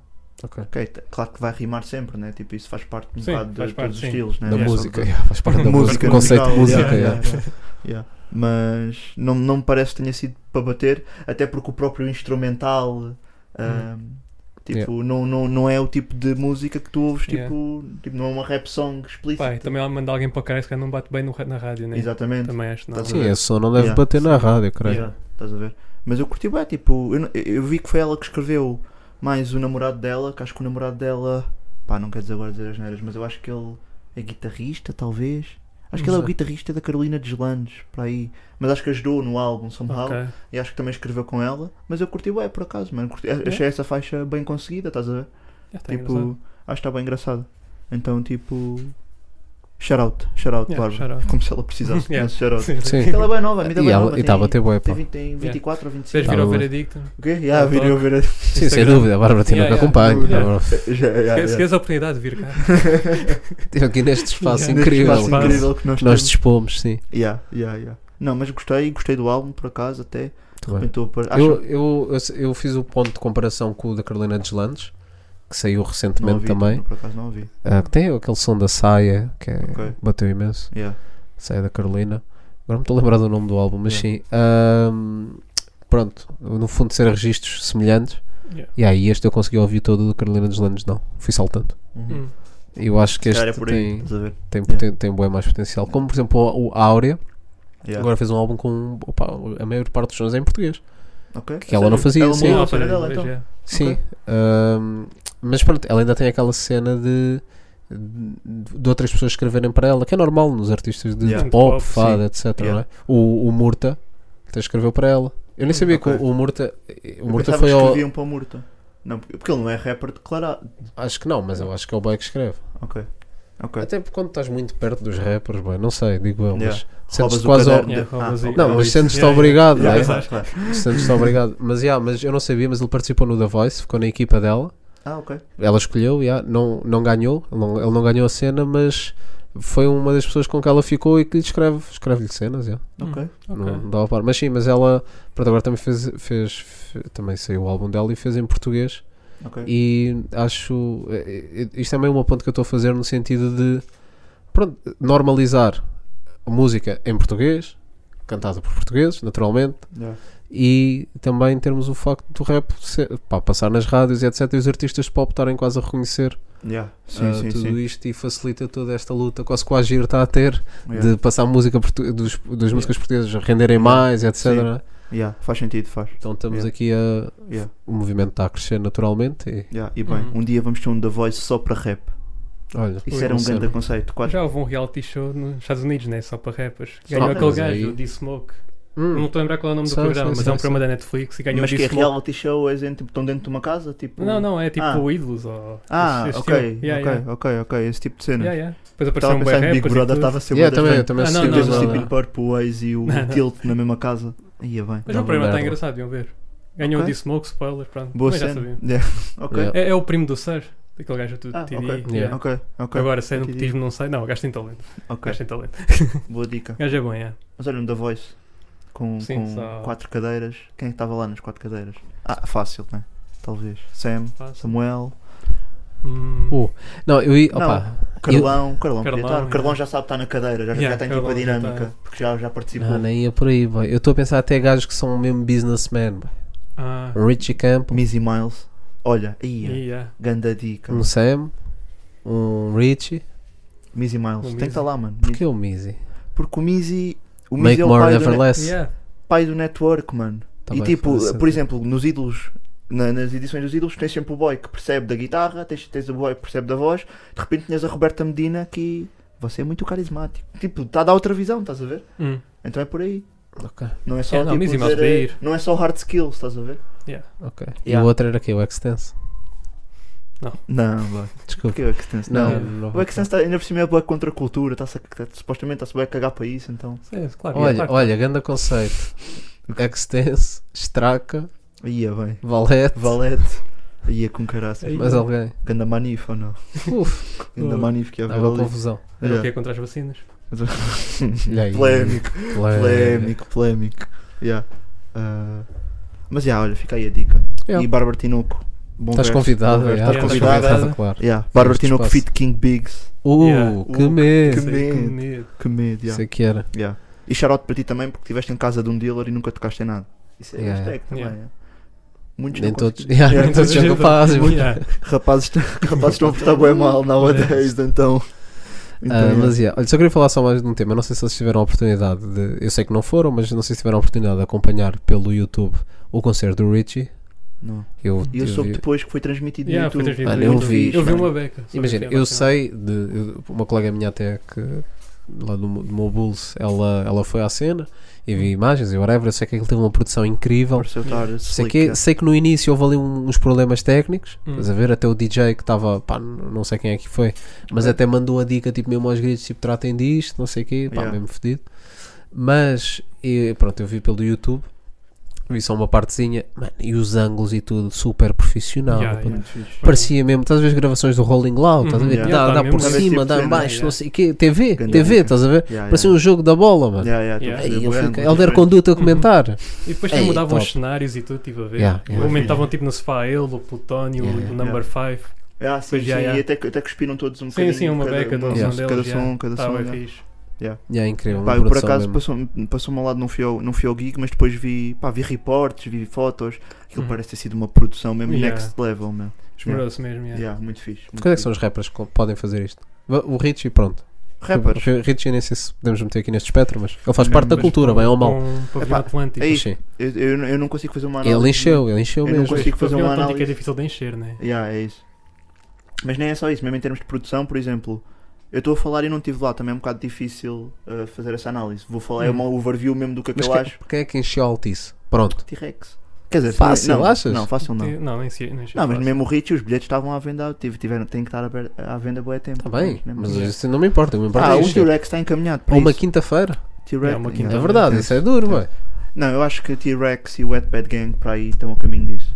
F: Ok.
E: ok, t- claro que vai rimar sempre, né? Tipo, isso faz parte um
B: Sim,
E: bocado de
B: faz
E: todos
B: parte,
E: os
B: sim.
E: estilos, né?
F: Da
E: Não é só
F: música,
E: de-
F: yeah, faz parte da música,
E: Música,
F: o conceito de
E: musical,
F: música.
E: yeah,
F: yeah.
E: yeah, yeah. Mas não, não me parece que tenha sido para bater, até porque o próprio instrumental. ah, Tipo, não, não, não é o tipo de música que tu ouves, tipo,
B: Yeah.
E: tipo não é uma rap song explícita.
B: Pá, e também ela manda alguém para o cara, se calhar não bate bem no ra- na rádio, né?
E: Exatamente.
B: Também acho, não.
E: Tá
F: Sim,
E: Yeah.
F: esse som não deve
E: Yeah.
F: bater na rádio, creio.
E: Yeah, estás a ver? Mas eu curti bem, tipo, eu, não- eu- eu vi que foi ela que escreveu mais o namorado dela, que acho que o namorado dela, pá, não quero dizer agora dizer as neiras, mas eu acho que ele é guitarrista, talvez. Acho que
F: Não
E: ele é o
F: sei.
E: guitarrista da Carolina Deslandes, para aí. Mas acho que ajudou no álbum, somehow.
B: Ok.
E: E acho que também escreveu com ela. Mas eu curti bem, por acaso, mano. Curti- Achei essa faixa bem conseguida, estás a ver?
B: É, tá
E: tipo,
B: engraçado.
E: acho que está bem engraçado. Então, tipo, shout-out, shout-out,
B: Yeah,
E: Bárbara.
B: shout out.
E: Como se ela precisasse
B: Yeah.
E: desse shout-out.
B: Sim, sim.
F: Sim.
E: Porque ela é bem nova, a minha
F: E
E: bem
F: ela-
E: nova.
F: e estava
E: tem-
F: a ter bué,
E: tem
F: pá.
E: 20 Tem 24 ou
B: Vocês
E: 25.
F: Tá
B: viram o
F: bom.
B: veredicto?
E: O quê? Ah, Já,
B: Tá
E: virem
B: bom.
E: a ver.
F: Sim, sem
B: Instagram.
F: dúvida, a Bárbara Tinoco
B: Yeah, yeah.
F: acompanha.
B: Yeah.
F: Bárbara, f-
E: Já, já,
B: Se- Se
E: já.
B: queres a oportunidade de vir cá.
F: Teve aqui neste espaço
E: Neste
F: incrível.
E: espaço
F: pá.
E: tipo, incrível que nós
F: Nós
E: temos.
F: dispomos, sim.
E: Já, já, já. Não, mas gostei, gostei do álbum, por acaso, até.
F: Muito bem.
E: Pintou para- acho-
F: Eu, eu, eu- eu fiz o ponto de comparação com o da Carolina Deslandes, que saiu
E: não
F: recentemente
E: ouvi,
F: também.
E: Por acaso não ouvi.
F: Ah, que tem aquele som da saia, que é-
E: Ok.
F: bateu imenso.
E: Yeah.
F: Saia da Carolina. Agora me estou a lembrar do nome do álbum, mas sim. Ahm, pronto, no fundo, ser registros semelhantes.
B: Yeah.
F: E aí, este eu consegui ouvir todo do Carolina Deslandes, não. Fui saltando.
E: Uhum.
B: Hum.
F: Eu acho que
E: Se calhar
F: este
E: é por aí,
F: tem,
E: estás a ver?
F: tem,
E: Yeah.
F: tem, tem bué mais potencial. Como, por exemplo, o, o Áurea.
E: Yeah.
F: Agora fez um álbum com opa, a maior parte dos sons é em português.
E: Ok.
F: que ela não fazia,
E: Ela
F: sim.
E: mudou
B: Não,
E: a cena dela,
B: pois,
E: então.
B: é.
F: Sim. ahm, mas pronto, ela ainda tem aquela cena de, de, de outras pessoas escreverem para ela, que é normal nos artistas de,
E: Yeah.
F: de pop,
B: Pop,
F: fada, etc.
E: Yeah.
F: não é? o, o Murta até escreveu para ela. Eu nem sabia
E: ok.
F: que o, o Murta. O
E: Eu
F: Murta
E: pensava
F: foi
E: que
F: ao.
E: escreviam para o Murta. Não, porque porque ele não é rapper declarado.
F: Acho que não, mas eu acho que é o boy que escreve.
E: Ok. um. Ok.
F: Até porque quando estás muito perto dos rappers, boy, não sei, digo eu, mas
E: Yeah. Roubas
F: sentes
E: o
F: quase. ao-
E: caderno
B: Yeah,
E: de-
B: roubas
E: Ah,
B: aí.
E: ok,
F: Não,
E: é
F: mas
E: isso.
F: sentes-te
B: Yeah,
F: obrigado,
E: Yeah,
F: não é?
E: exato, claro.
F: Sentes-te obrigado. Mas, yeah, mas eu não sabia, mas ele participou no The Voice, ficou na equipa dela.
E: Ah, ok.
F: Ela escolheu, yeah, não, não ganhou, ele não, ele não ganhou a cena, mas foi uma das pessoas com que ela ficou e que lhe escreve, escreve-lhe cenas, yeah.
E: Ok.
B: Ok.
F: não, não dava par. Mas sim, mas ela pronto, agora também fez, fez, fe- também saiu o álbum dela e fez em português
E: Ok.
F: e acho eh, eh, isto é meio uma ponte que eu estou a fazer no sentido de pronto, normalizar a música em português, cantada por portugueses, naturalmente,
E: Yeah.
F: e também termos o facto do rap ser- pá, passar nas rádios e etc. E os artistas pop estarem quase a reconhecer
E: Yeah. Sim,
F: ah,
E: sim,
F: tudo
E: sim.
F: isto e facilita toda esta luta, quase que o Agir está a ter,
E: Yeah.
F: de passar música portu- dos, das músicas portuguesas renderem mais, etc.
E: Sim.
F: né?
E: Yeah. Faz sentido, faz.
F: Então estamos
E: Yeah.
F: aqui a.
E: Yeah.
F: O movimento está a crescer naturalmente e
E: Yeah. E bem,
B: Uhum.
E: um dia vamos ter um The Voice só para rap.
F: olha.
E: Isso
B: Ui,
E: era um
F: não sei.
E: grande conceito. Quase.
B: Já houve um reality show nos Estados Unidos, né? Só para rappers. Ganhou
E: Ah,
B: aquele
E: mas
B: gajo,
F: aí-
B: o D-Smoke. Não
F: Hum,
B: estou a lembrar qual é o nome
F: Sei,
B: do programa,
F: sei,
B: mas
F: sei,
B: é um programa
F: sei.
B: da Netflix e ganhou
E: Mas
B: o
E: que é
B: D-Smoke.
E: reality show, é tipo, estão dentro de uma casa? Tipo...
B: Não, não, é tipo
E: Ah.
B: ídolos ou.
E: Ah,
B: esse
E: ok,
B: estilo. Yeah,
E: ok,
B: yeah.
E: ok, ok, esse tipo de cena.
B: Yeah, yeah. Depois apareceu
E: Estava a
B: um
E: pensar em
B: bué
E: Big
B: rappers e
E: Brother,
B: tudo.
E: estava a ser
F: Yeah,
E: bué da
F: também, eu
E: frente.
F: também assim.
B: Ah,
F: assisti
B: não,
E: Tu
F: o
E: vês
B: não,
E: o
B: não,
F: programa.
E: Stephen Purple, o Waze e o
B: Não, não.
E: Tilt na mesma casa. Ia bem.
B: Mas o
F: Dá uma
B: programa está
F: merda.
B: engraçado, iam ver. Ganhou
E: Ok.
B: o D-Smoke, spoiler, pronto.
E: Boa
B: mas já
E: cena.
B: sabiam.
E: Yeah. Ok.
F: Yeah.
B: É, é o primo do Sir, aquele gajo do
E: Ah,
B: TD.
E: ok.
B: yeah.
F: Yeah.
E: Ok, ok.
B: Agora, sei no
E: TD.
B: petismo, não sei. Não, o gajo tem talento. O
E: ok.
B: gajo tem talento.
E: Boa dica.
B: O gajo é bom, é.
E: Mas olha, um da Voice. Com,
B: Sim,
E: com
B: só-
E: quatro cadeiras. Quem é que estava lá nas quatro cadeiras? Ah, fácil, né? Talvez. Sam,
B: Fácil.
E: Samuel,
B: Hum,
F: O- Não, eu ia. Opa,
E: Carlão. Carlão, podia
B: Carlão,
E: estar.
B: yeah.
E: Carlão já sabe estar na cadeira, já,
B: Yeah,
E: já tem tipo a
B: Carlão já
E: dinâmica.
B: tá.
E: Porque já, já participou.
F: não, Ah, nem ia por aí, boy. Eu estou a pensar até gajos que são mesmo businessmen. boy.
B: Ah,
F: Um Richie Campbell,
E: Mizzy Miles. Olha, ia.
B: yeah.
E: Ganda dica.
F: um Sam, um Richie.
E: Mizzy Miles.
B: O
E: Tem que
B: Mizzy.
E: estar lá, mano.
F: Porquê é o Mizzy?
E: Porque o Mizzy. O Mizzy
F: Make
E: é o
F: More
E: pai do,
F: Never
E: ne-
F: Less.
B: Yeah.
E: pai do network, mano.
F: Tá
E: e
F: bem,
E: tipo,
F: faz
E: por
F: sentido.
E: exemplo, nos ídolos, na- nas edições dos ídolos, tens sempre o boy que percebe da guitarra, tens, tens o boy que percebe da voz, de repente tinhas a Roberta Medina que você é muito carismático. Tipo, está a dar outra visão, estás a ver?
B: Hum.
E: Então é por aí.
F: Ok,
E: Não é só,
B: É, não,
E: tipo,
B: Mizzy Mouse
E: dizer,
B: Beer.
E: não é só hard skills, estás a ver?
F: ok. E
E: Yeah.
F: o outro era aqui, o Extense.
E: Não, boy.
F: Desculpa.
E: Porquê o Extense?
F: Não,
E: Não.
F: não
E: O Extense tá, ainda por cima é boa contra a cultura, tá supostamente está-se bem a cagar para isso, então.
B: Sim, é, claro.
F: Olha,
B: yeah, claro.
F: olha, grande conceito. Extense, Straca,
E: Ia bem.
F: Valete,
E: é, Valete. Ia com caraças.
F: mais alguém.
E: Ganda manif ou não?
F: Uf,
E: Ganda
B: Oh.
E: manif que ia haver
F: dava
E: ali.
F: confusão.
B: Era o
E: Yeah.
B: que é contra as vacinas.
F: Olha aí.
E: Polémico.
F: Polémico.
E: Polémico, polémico. Yeah. Ah, mas já, olha, fica aí a dica.
F: Yeah.
E: E Bárbara Tinoco. Bom
F: Estás
E: verso,
F: convidado,
E: bom verso.
F: é,
E: Estás
B: yeah.
E: convidada.
F: convidado, claro.
E: Yeah. Bárbara
F: Este
E: Tinoco,
F: espaço.
E: Fit King Bigs.
F: Uh,
B: Yeah.
F: que
E: Uh,
F: medo!
E: que
B: Sei,
E: medo.
B: medo.
E: Que medo, yeah.
F: Sei que era.
E: Yeah. E shoutout para ti também, porque estiveste em casa de um dealer e nunca tocaste em nada. Isso é
F: Yeah.
E: hashtag também.
B: Yeah.
E: yeah. Muitos
F: Nem
E: não
F: todos,
E: conseguem.
F: yeah, nem É todos
B: Muita
F: são
B: gente-
F: capazes. mas-
B: Yeah.
E: Rapazes, rapazes estão a portar bem mal nowadays, então. então
F: Ah,
E: yeah.
F: mas yeah. Olha, só queria falar só mais de um tema. Eu Não sei se vocês tiveram a oportunidade de. Eu sei que não foram, mas não sei se tiveram a oportunidade de acompanhar pelo YouTube o concerto do Richie.
E: Não.
F: Eu,
E: E eu
F: eu
E: soube
F: vi-
E: depois que foi transmitido
B: Yeah,
E: no
B: foi
E: YouTube.
B: transmitido
F: Ah,
B: no
F: eu
B: YouTube.
F: vi,
B: Eu vi
F: mano.
B: uma beca. só que
F: Imagina,
B: tinha
F: eu
B: vacinado.
F: sei de eu- uma colega minha até que lá do, meu- do meu Bulls, ela, ela foi à cena e vi imagens e whatever. Eu sei que aquilo teve uma produção incrível.
E: Pareceu estar
F: Sei
E: slick,
F: que,
E: yeah.
F: sei que no início houve ali um- uns problemas técnicos,
B: Hum.
F: estás a ver? Até o DJ que estava, pá, n- não sei quem é que foi, mas
E: Ok.
F: até mandou a dica, tipo, mesmo aos gritos, tipo, tratem disto, não sei o quê, pá,
E: Yeah.
F: mesmo fedido. Mas, e, pronto, eu vi pelo YouTube, vi só uma partezinha, mano, e os ângulos e tudo, super profissional.
B: Yeah,
F: pá.
B: yeah.
F: Parecia mesmo, estás a ver as gravações do Rolling Loud, estás a ver?
E: Uhum,
F: dá,
E: yeah.
F: dá
B: Tá
F: por
B: mesmo.
F: cima, dá
E: Yeah.
F: em baixo,
B: Yeah.
F: não sei o quê, TV,
E: Ganda
F: TV,
E: dica.
F: estás a ver?
E: Yeah,
F: Parecia um jogo da bola, mano.
E: Yeah, yeah, tu
B: Yeah.
E: percebes o
F: Aí ele
E: ângulo,
F: fica, Helder
E: diferente.
F: Conduta a
B: Uhum.
F: comentar.
B: E depois
F: Ei,
B: também mudavam
F: top.
B: os cenários e tudo, estive a ver.
F: Yeah, yeah.
B: O momento estavam tipo no sofá ele, o Plutónio,
F: Yeah,
B: o
F: yeah.
B: Number 5.
E: Ah, sim,
B: Pois,
E: sim,
B: já, já.
E: e até, até cuspiram todos um
B: Sim,
E: bocadinho.
B: sim, uma
E: cada-
B: beca de um
E: yeah.
B: som deles.
E: Cada
B: já.
E: som, cada
B: Tá
E: som.
B: bem
E: yeah.
B: fixe.
F: Yeah, incrível, uma
E: Pá, eu por
F: produção
E: acaso
F: mesmo.
E: passou-me passou ao lado, não fui, ao, não fui ao gig, mas depois vi, pá, vi reportes, vi fotos. Aquilo
B: Uhum.
E: parece ter sido uma produção mesmo
B: Yeah.
E: next level, meu.
B: Esmerou-se mesmo.
E: Yeah.
B: Yeah.
E: muito fixe. Muito
F: Quais é que
E: fixe.
F: são os rappers que podem fazer isto? O Richie, pronto.
E: Rappers.
F: O Richie, nem sei se podemos meter aqui neste espectro, mas ele faz
E: Não,
F: parte da
E: mas
F: cultura, bem ou mal.
B: Com o pavilhão
E: Epá,
B: Atlântico.
E: é
F: Mas
E: isso.
F: sim.
E: Eu, eu, não- eu não consigo fazer uma análise.
F: Ele encheu, ele encheu
E: Eu não
F: mesmo.
E: consigo-
B: O
E: fazer uma
B: pavilhão Atlântico é
E: análise.
B: difícil de encher, né?
E: Yeah, é isso. Mas nem é só isso, mesmo em termos de produção, por exemplo, eu estou a falar e não estive lá, também é um bocado difícil uh, fazer essa análise. Vou falar, é
B: Hum.
E: uma overview mesmo do que, é que
F: Uhum. Mas
E: eu
F: quem,
E: acho.
F: quem é que encheu a Altice? Pronto.
E: T-Rex. Quer dizer,
F: Fácil,
E: não,
F: achas?
E: Não, fácil não.
B: Não, não, nem sei. Nem sei
E: Não, mas
B: fácil.
E: mesmo o Ritchie, os bilhetes estavam à venda, tive- tiveram, têm que estar aberto- à venda boa tempo.
F: Está Tá bem,
E: Mesmo
F: mas
E: assim.
F: isso não me importa. O que me importa
E: Ah,
F: é
E: o
F: isto.
E: T-Rex está encaminhado para
F: Ou uma
E: isso.
F: quinta-feira.
E: T-Rex,
B: É, uma
E: yeah,
B: quinta-
F: É verdade, isso é duro,
E: Tem-
F: boy.
E: Não, eu acho que T-Rex e o Wet Bad Gang para aí estão a caminho disso.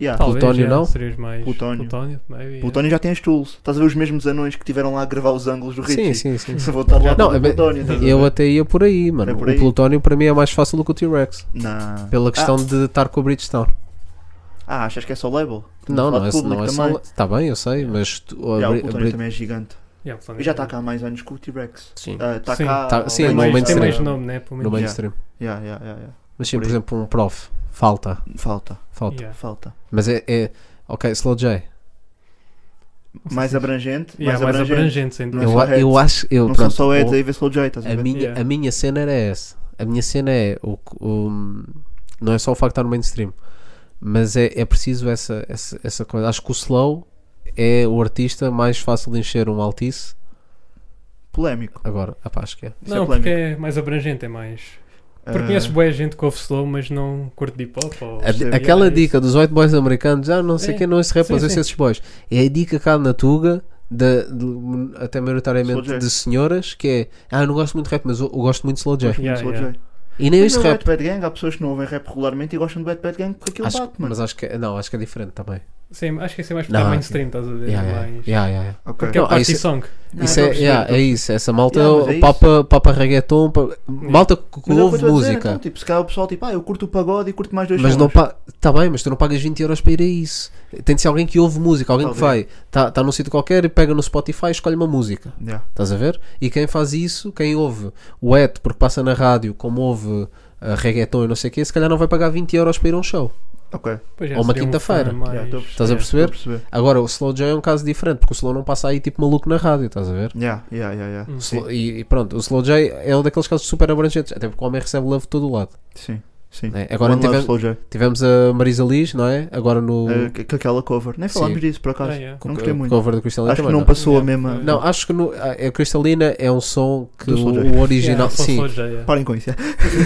E: Yeah.
B: Talvez,
F: Plutónio,
B: yeah,
F: não?
B: serias mais.
E: Plutónio.
B: Plutónio, maybe,
E: O Tony já tem as tools. Estás a ver os mesmos anões que tiveram lá a gravar os ângulos do
F: Sim,
E: Ritchie?
F: sim, sim.
E: Se voltar lá
F: Não,
E: para
F: é
E: o
F: bem-
E: Plutónio, estás a
F: Eu
E: ver?
F: até ia por aí, mano.
E: É tá por
F: O
E: aí.
F: Plutónio para mim é mais fácil do que o T-Rex.
E: Não.
F: Pela questão de estar com a Bridgestone.
E: Ah, achas que é só label? Estamos a
F: Não,
E: falar
F: não
E: de
F: é,
E: público
F: não é só.
E: também. É.
F: Está bem, eu sei, mas. Tu, a
E: Já, o
F: Bri-
E: Plutónio
F: Bri-
E: também é gigante.
B: yeah. Yeah, Plutónio.
E: E já tá está cá há mais anos que o T-Rex.
B: Sim.
E: Ah, Está
B: Sim.
E: cá.
F: Tá-
E: ao
B: Tem
F: sim,
E: menos
F: no
B: mais,
E: há-
B: tem
F: mainstream.
B: mais nome, né? Pelo
F: no
B: menos.
E: meio.
F: mainstream.
E: Yeah, yeah, yeah, yeah.
F: Mas sim,
E: Por
F: por
E: aí.
F: exemplo, um prof. Falta,
E: Falta,
F: falta.
B: Yeah.
E: falta.
F: Mas é, é- Ok, Slow J.
E: Mais abrangente,
B: Yeah,
E: mais
B: mais
E: abrangente.
B: abrangente, sem
E: Não
B: dúvida.
E: é
F: Eu,
E: só
F: a- eu
E: heads.
F: acho. Eu,
E: Não são
F: pronto,
E: só heads
F: o- É
E: aí, vê se o Jay, estás a
F: a,
E: ver?
F: minha,
B: Yeah.
F: a minha cena era essa. A minha cena é. O, que- o- não é só o facto de estar no mainstream. Mas é, é preciso essa, essa, essa coisa. Acho que o Slow é o artista mais fácil de encher um altice.
E: Polémico.
F: Agora, apá, acho que é.
E: Isso é
B: Não, porque é mais abrangente, é mais. Porque
E: Ah,
B: conheces boa gente que ouve slow, mas não curte de hip hop. Ou...
F: A-
E: Percebo.
F: aquela
B: Yeah, é
F: dica dos white boys americanos, ah, não sei
B: É.
F: quem não esse rap,
B: Sim,
F: mas eu sei
B: sim.
F: esses boys. É a dica cá na Tuga, da- de- até maioritariamente
E: Slow J.
F: de senhoras, que é, ah, eu não gosto muito de rap, mas eu, eu gosto muito de Slow J.
B: Yeah,
E: Slow
B: yeah.
E: J.
F: E
E: Mas
F: nem
E: é
F: este
E: no Bad
F: rap.
E: Bad Gang há pessoas que não ouvem rap regularmente e gostam do Bad Bad Gang porque aquilo
F: Acho-
E: bate, mano.
F: mas acho que, não, acho que é diferente também.
B: Sim, acho que isso é mais
F: Não,
B: para
F: é-
B: mainstream, estás a ver?
F: Yeah, yeah,
B: mais...
F: yeah, yeah, yeah.
E: Ok.
B: Porque
F: Não,
B: é party
F: isso-
B: song.
E: Não,
F: isso
E: eu
F: é,
E: tô a perceber,
F: yeah,
E: tô a
F: é isso, essa malta
E: Yeah, mas é
F: papa, papa reggaeton, pa- malta que que
E: Mas é o que eu
F: ouve
E: estou a dizer,
F: música.
E: então, tipo, se calhar o pessoal, tipo, ah, eu curto o pagode e curto mais dois
F: Mas
E: sons.
F: não pa- tá bem, mas tu não pagas 20 euros para ir a isso. Tem de ser alguém que ouve música, alguém que vai,
E: Talvez.
F: está tá num sítio qualquer e pega no Spotify e escolhe uma música.
E: Yeah.
F: Estás a ver? E quem faz isso, quem ouve o ET porque passa na rádio, como ouve ah, reggaeton e não sei o quê, se calhar não vai pagar 20 euros para ir a um show.
E: Ok.
B: Pois é,
F: Ou uma
B: seria um
F: quinta-feira.
B: fã mais-
E: Yeah, tô
F: Estás a perceber?
E: tô perceber.
F: Agora, o Slow J é um caso diferente, porque o Slow não passa aí tipo maluco na rádio, estás a ver?
E: Yeah, yeah, yeah, yeah.
B: Hum.
F: O Slow- e, e pronto, o Slow J é um daqueles casos super abrangentes, até porque o homem recebe love de todo o lado.
E: Sim, sim.
F: né? Agora
E: One Love
F: tivemos,
E: Slow J.
F: tivemos a Marisa Liz, não é? Agora no
E: Eh, que- que aquela cover. Nem
F: Sim.
E: falámos disso, por acaso.
B: Ah, yeah.
F: co-
E: Não gostei muito.
F: cover da Cristalina
E: Acho que
F: também,
E: não
F: não?
E: passou a
B: Yeah.
E: mesma.
F: Não, acho que no, a, a Cristalina é um som que
E: Do Slow J.
F: o, o original.
B: Yeah, só
F: sim,
B: Slow J, yeah.
E: Parem com isso. é.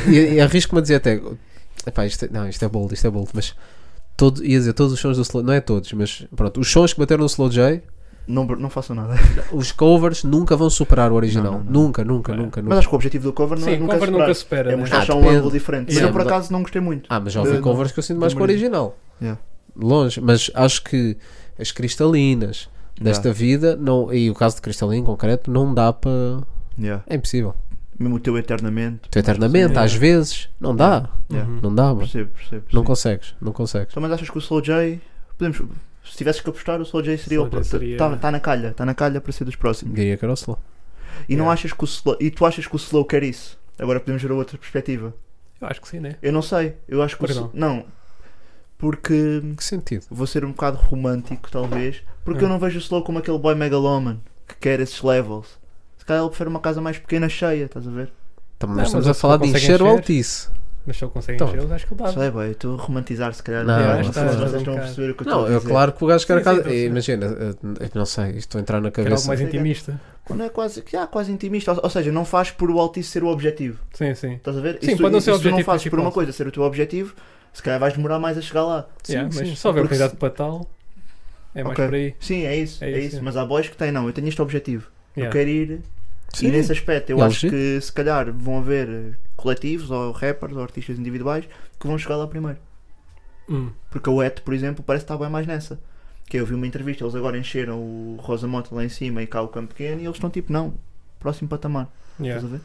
F: e, e arrisco-me a dizer até epá, isto, é- não, isto é bold, isto é bold, mas todo, ia dizer todos os sons do Slow não é todos, mas pronto, os sons que bateram no Slow J,
E: Não, não façam nada.
F: os covers nunca vão superar o original.
E: Não, não, não.
F: Nunca, nunca,
B: É.
F: nunca,
E: Mas
F: nunca.
E: acho que o objetivo do cover não é
B: Sim,
E: nunca
B: cover
E: superar.
B: nunca supera.
E: É
B: né?
E: mostrar
F: Ah,
E: só um
F: depende.
E: ângulo diferente. Mas
F: Yeah.
E: eu por acaso não gostei muito.
F: Ah, mas já ouvi
E: Eh,
F: covers que eu sinto mais
E: da
F: que o
E: Marisa.
F: original.
E: Yeah.
F: Longe, mas acho que as cristalinas desta vida, não, e o caso de cristalina em concreto, não dá para.
E: Yeah.
F: É impossível.
E: Mesmo o teu eternamente.
F: Tu eternamente,
B: Sim.
F: às vezes, não dá.
E: Yeah.
B: Uhum.
F: Não dá, mano.
E: Percebo, percebo.
F: Não
E: sim.
F: consegues, não consegues.
E: Então, mas achas que o Slow J. Podemos. Se tivesses que apostar, o Slow J seria.
B: Slow J seria-
E: Está na calha. Está na calha para ser dos próximos.
F: Diria que era o slow.
E: E não
B: Yeah.
E: achas que o slow, e tu achas que o slow quer isso? Agora podemos ver outra perspectiva.
B: Eu acho que sim, né?
E: Eu não sei, eu acho que o
B: Por que
E: sl- não, porque
F: Que sentido?
E: vou ser um bocado romântico talvez, porque eu
B: Hum.
E: não vejo o slow como aquele boy megaloman que quer esses levels. Se calhar ele prefere uma casa mais pequena cheia, estás a ver?
F: Também
B: Não,
F: estamos
B: mas
F: a
B: se
F: falar
B: não
F: de
B: conseguem
F: encher o
B: encher-
F: altice.
B: Mas se eu conseguem
F: Então.
B: encher, eles acho que dá.
E: Sei, boy, eu estou a romantizar se calhar. o
F: Não, eu
E: negócio,
F: acho que estás-
E: vocês
B: estás
E: não
B: um
E: vão perceber o que eu
F: Não,
E: estou a
F: é
E: dizer.
F: claro que o gajo quer a
B: Sim, Então, sim,
F: casa.
B: estou a perceber.
F: Imagina, eh, eh, não sei, isto estou a entrar
B: Era
F: na
B: algo
F: cabeça.
B: mais intimista.
E: Quando é quase, que- ah, quase intimista, ou, ou seja, não faz por o altice ser o objetivo,
B: Sim, sim.
E: estás a ver?
B: Sim,
E: e se,
B: pode não
E: e
B: ser o
E: se tu não
B: objetivo tipo-
E: fazes por uma
B: principal.
E: coisa ser o teu objetivo, se calhar vais demorar mais a chegar lá.
F: Sim,
B: Yeah,
F: sim, sim.
B: mas se houver
E: Porque se-
B: oportunidade para tal, é mais
E: Ok.
B: por aí.
E: Sim, é isso,
B: É
E: é,
B: isso,
E: isso.
B: é.
E: Mas há boys que têm, não, eu tenho este objetivo. Eu
B: Yeah.
E: quero ir.
F: Sim.
E: E nesse aspecto, eu
F: É
E: acho
F: legítimo.
E: que se calhar vão haver eh, coletivos ou rappers ou artistas individuais que vão chegar lá primeiro.
B: Hum.
E: Porque o Et, por exemplo, parece que está bem mais nessa. Que eu vi uma entrevista, eles agora encheram o Rosa Mota lá em cima e cá o campo pequeno e eles estão tipo, não, próximo patamar. Estás
B: Yeah.
E: a ver?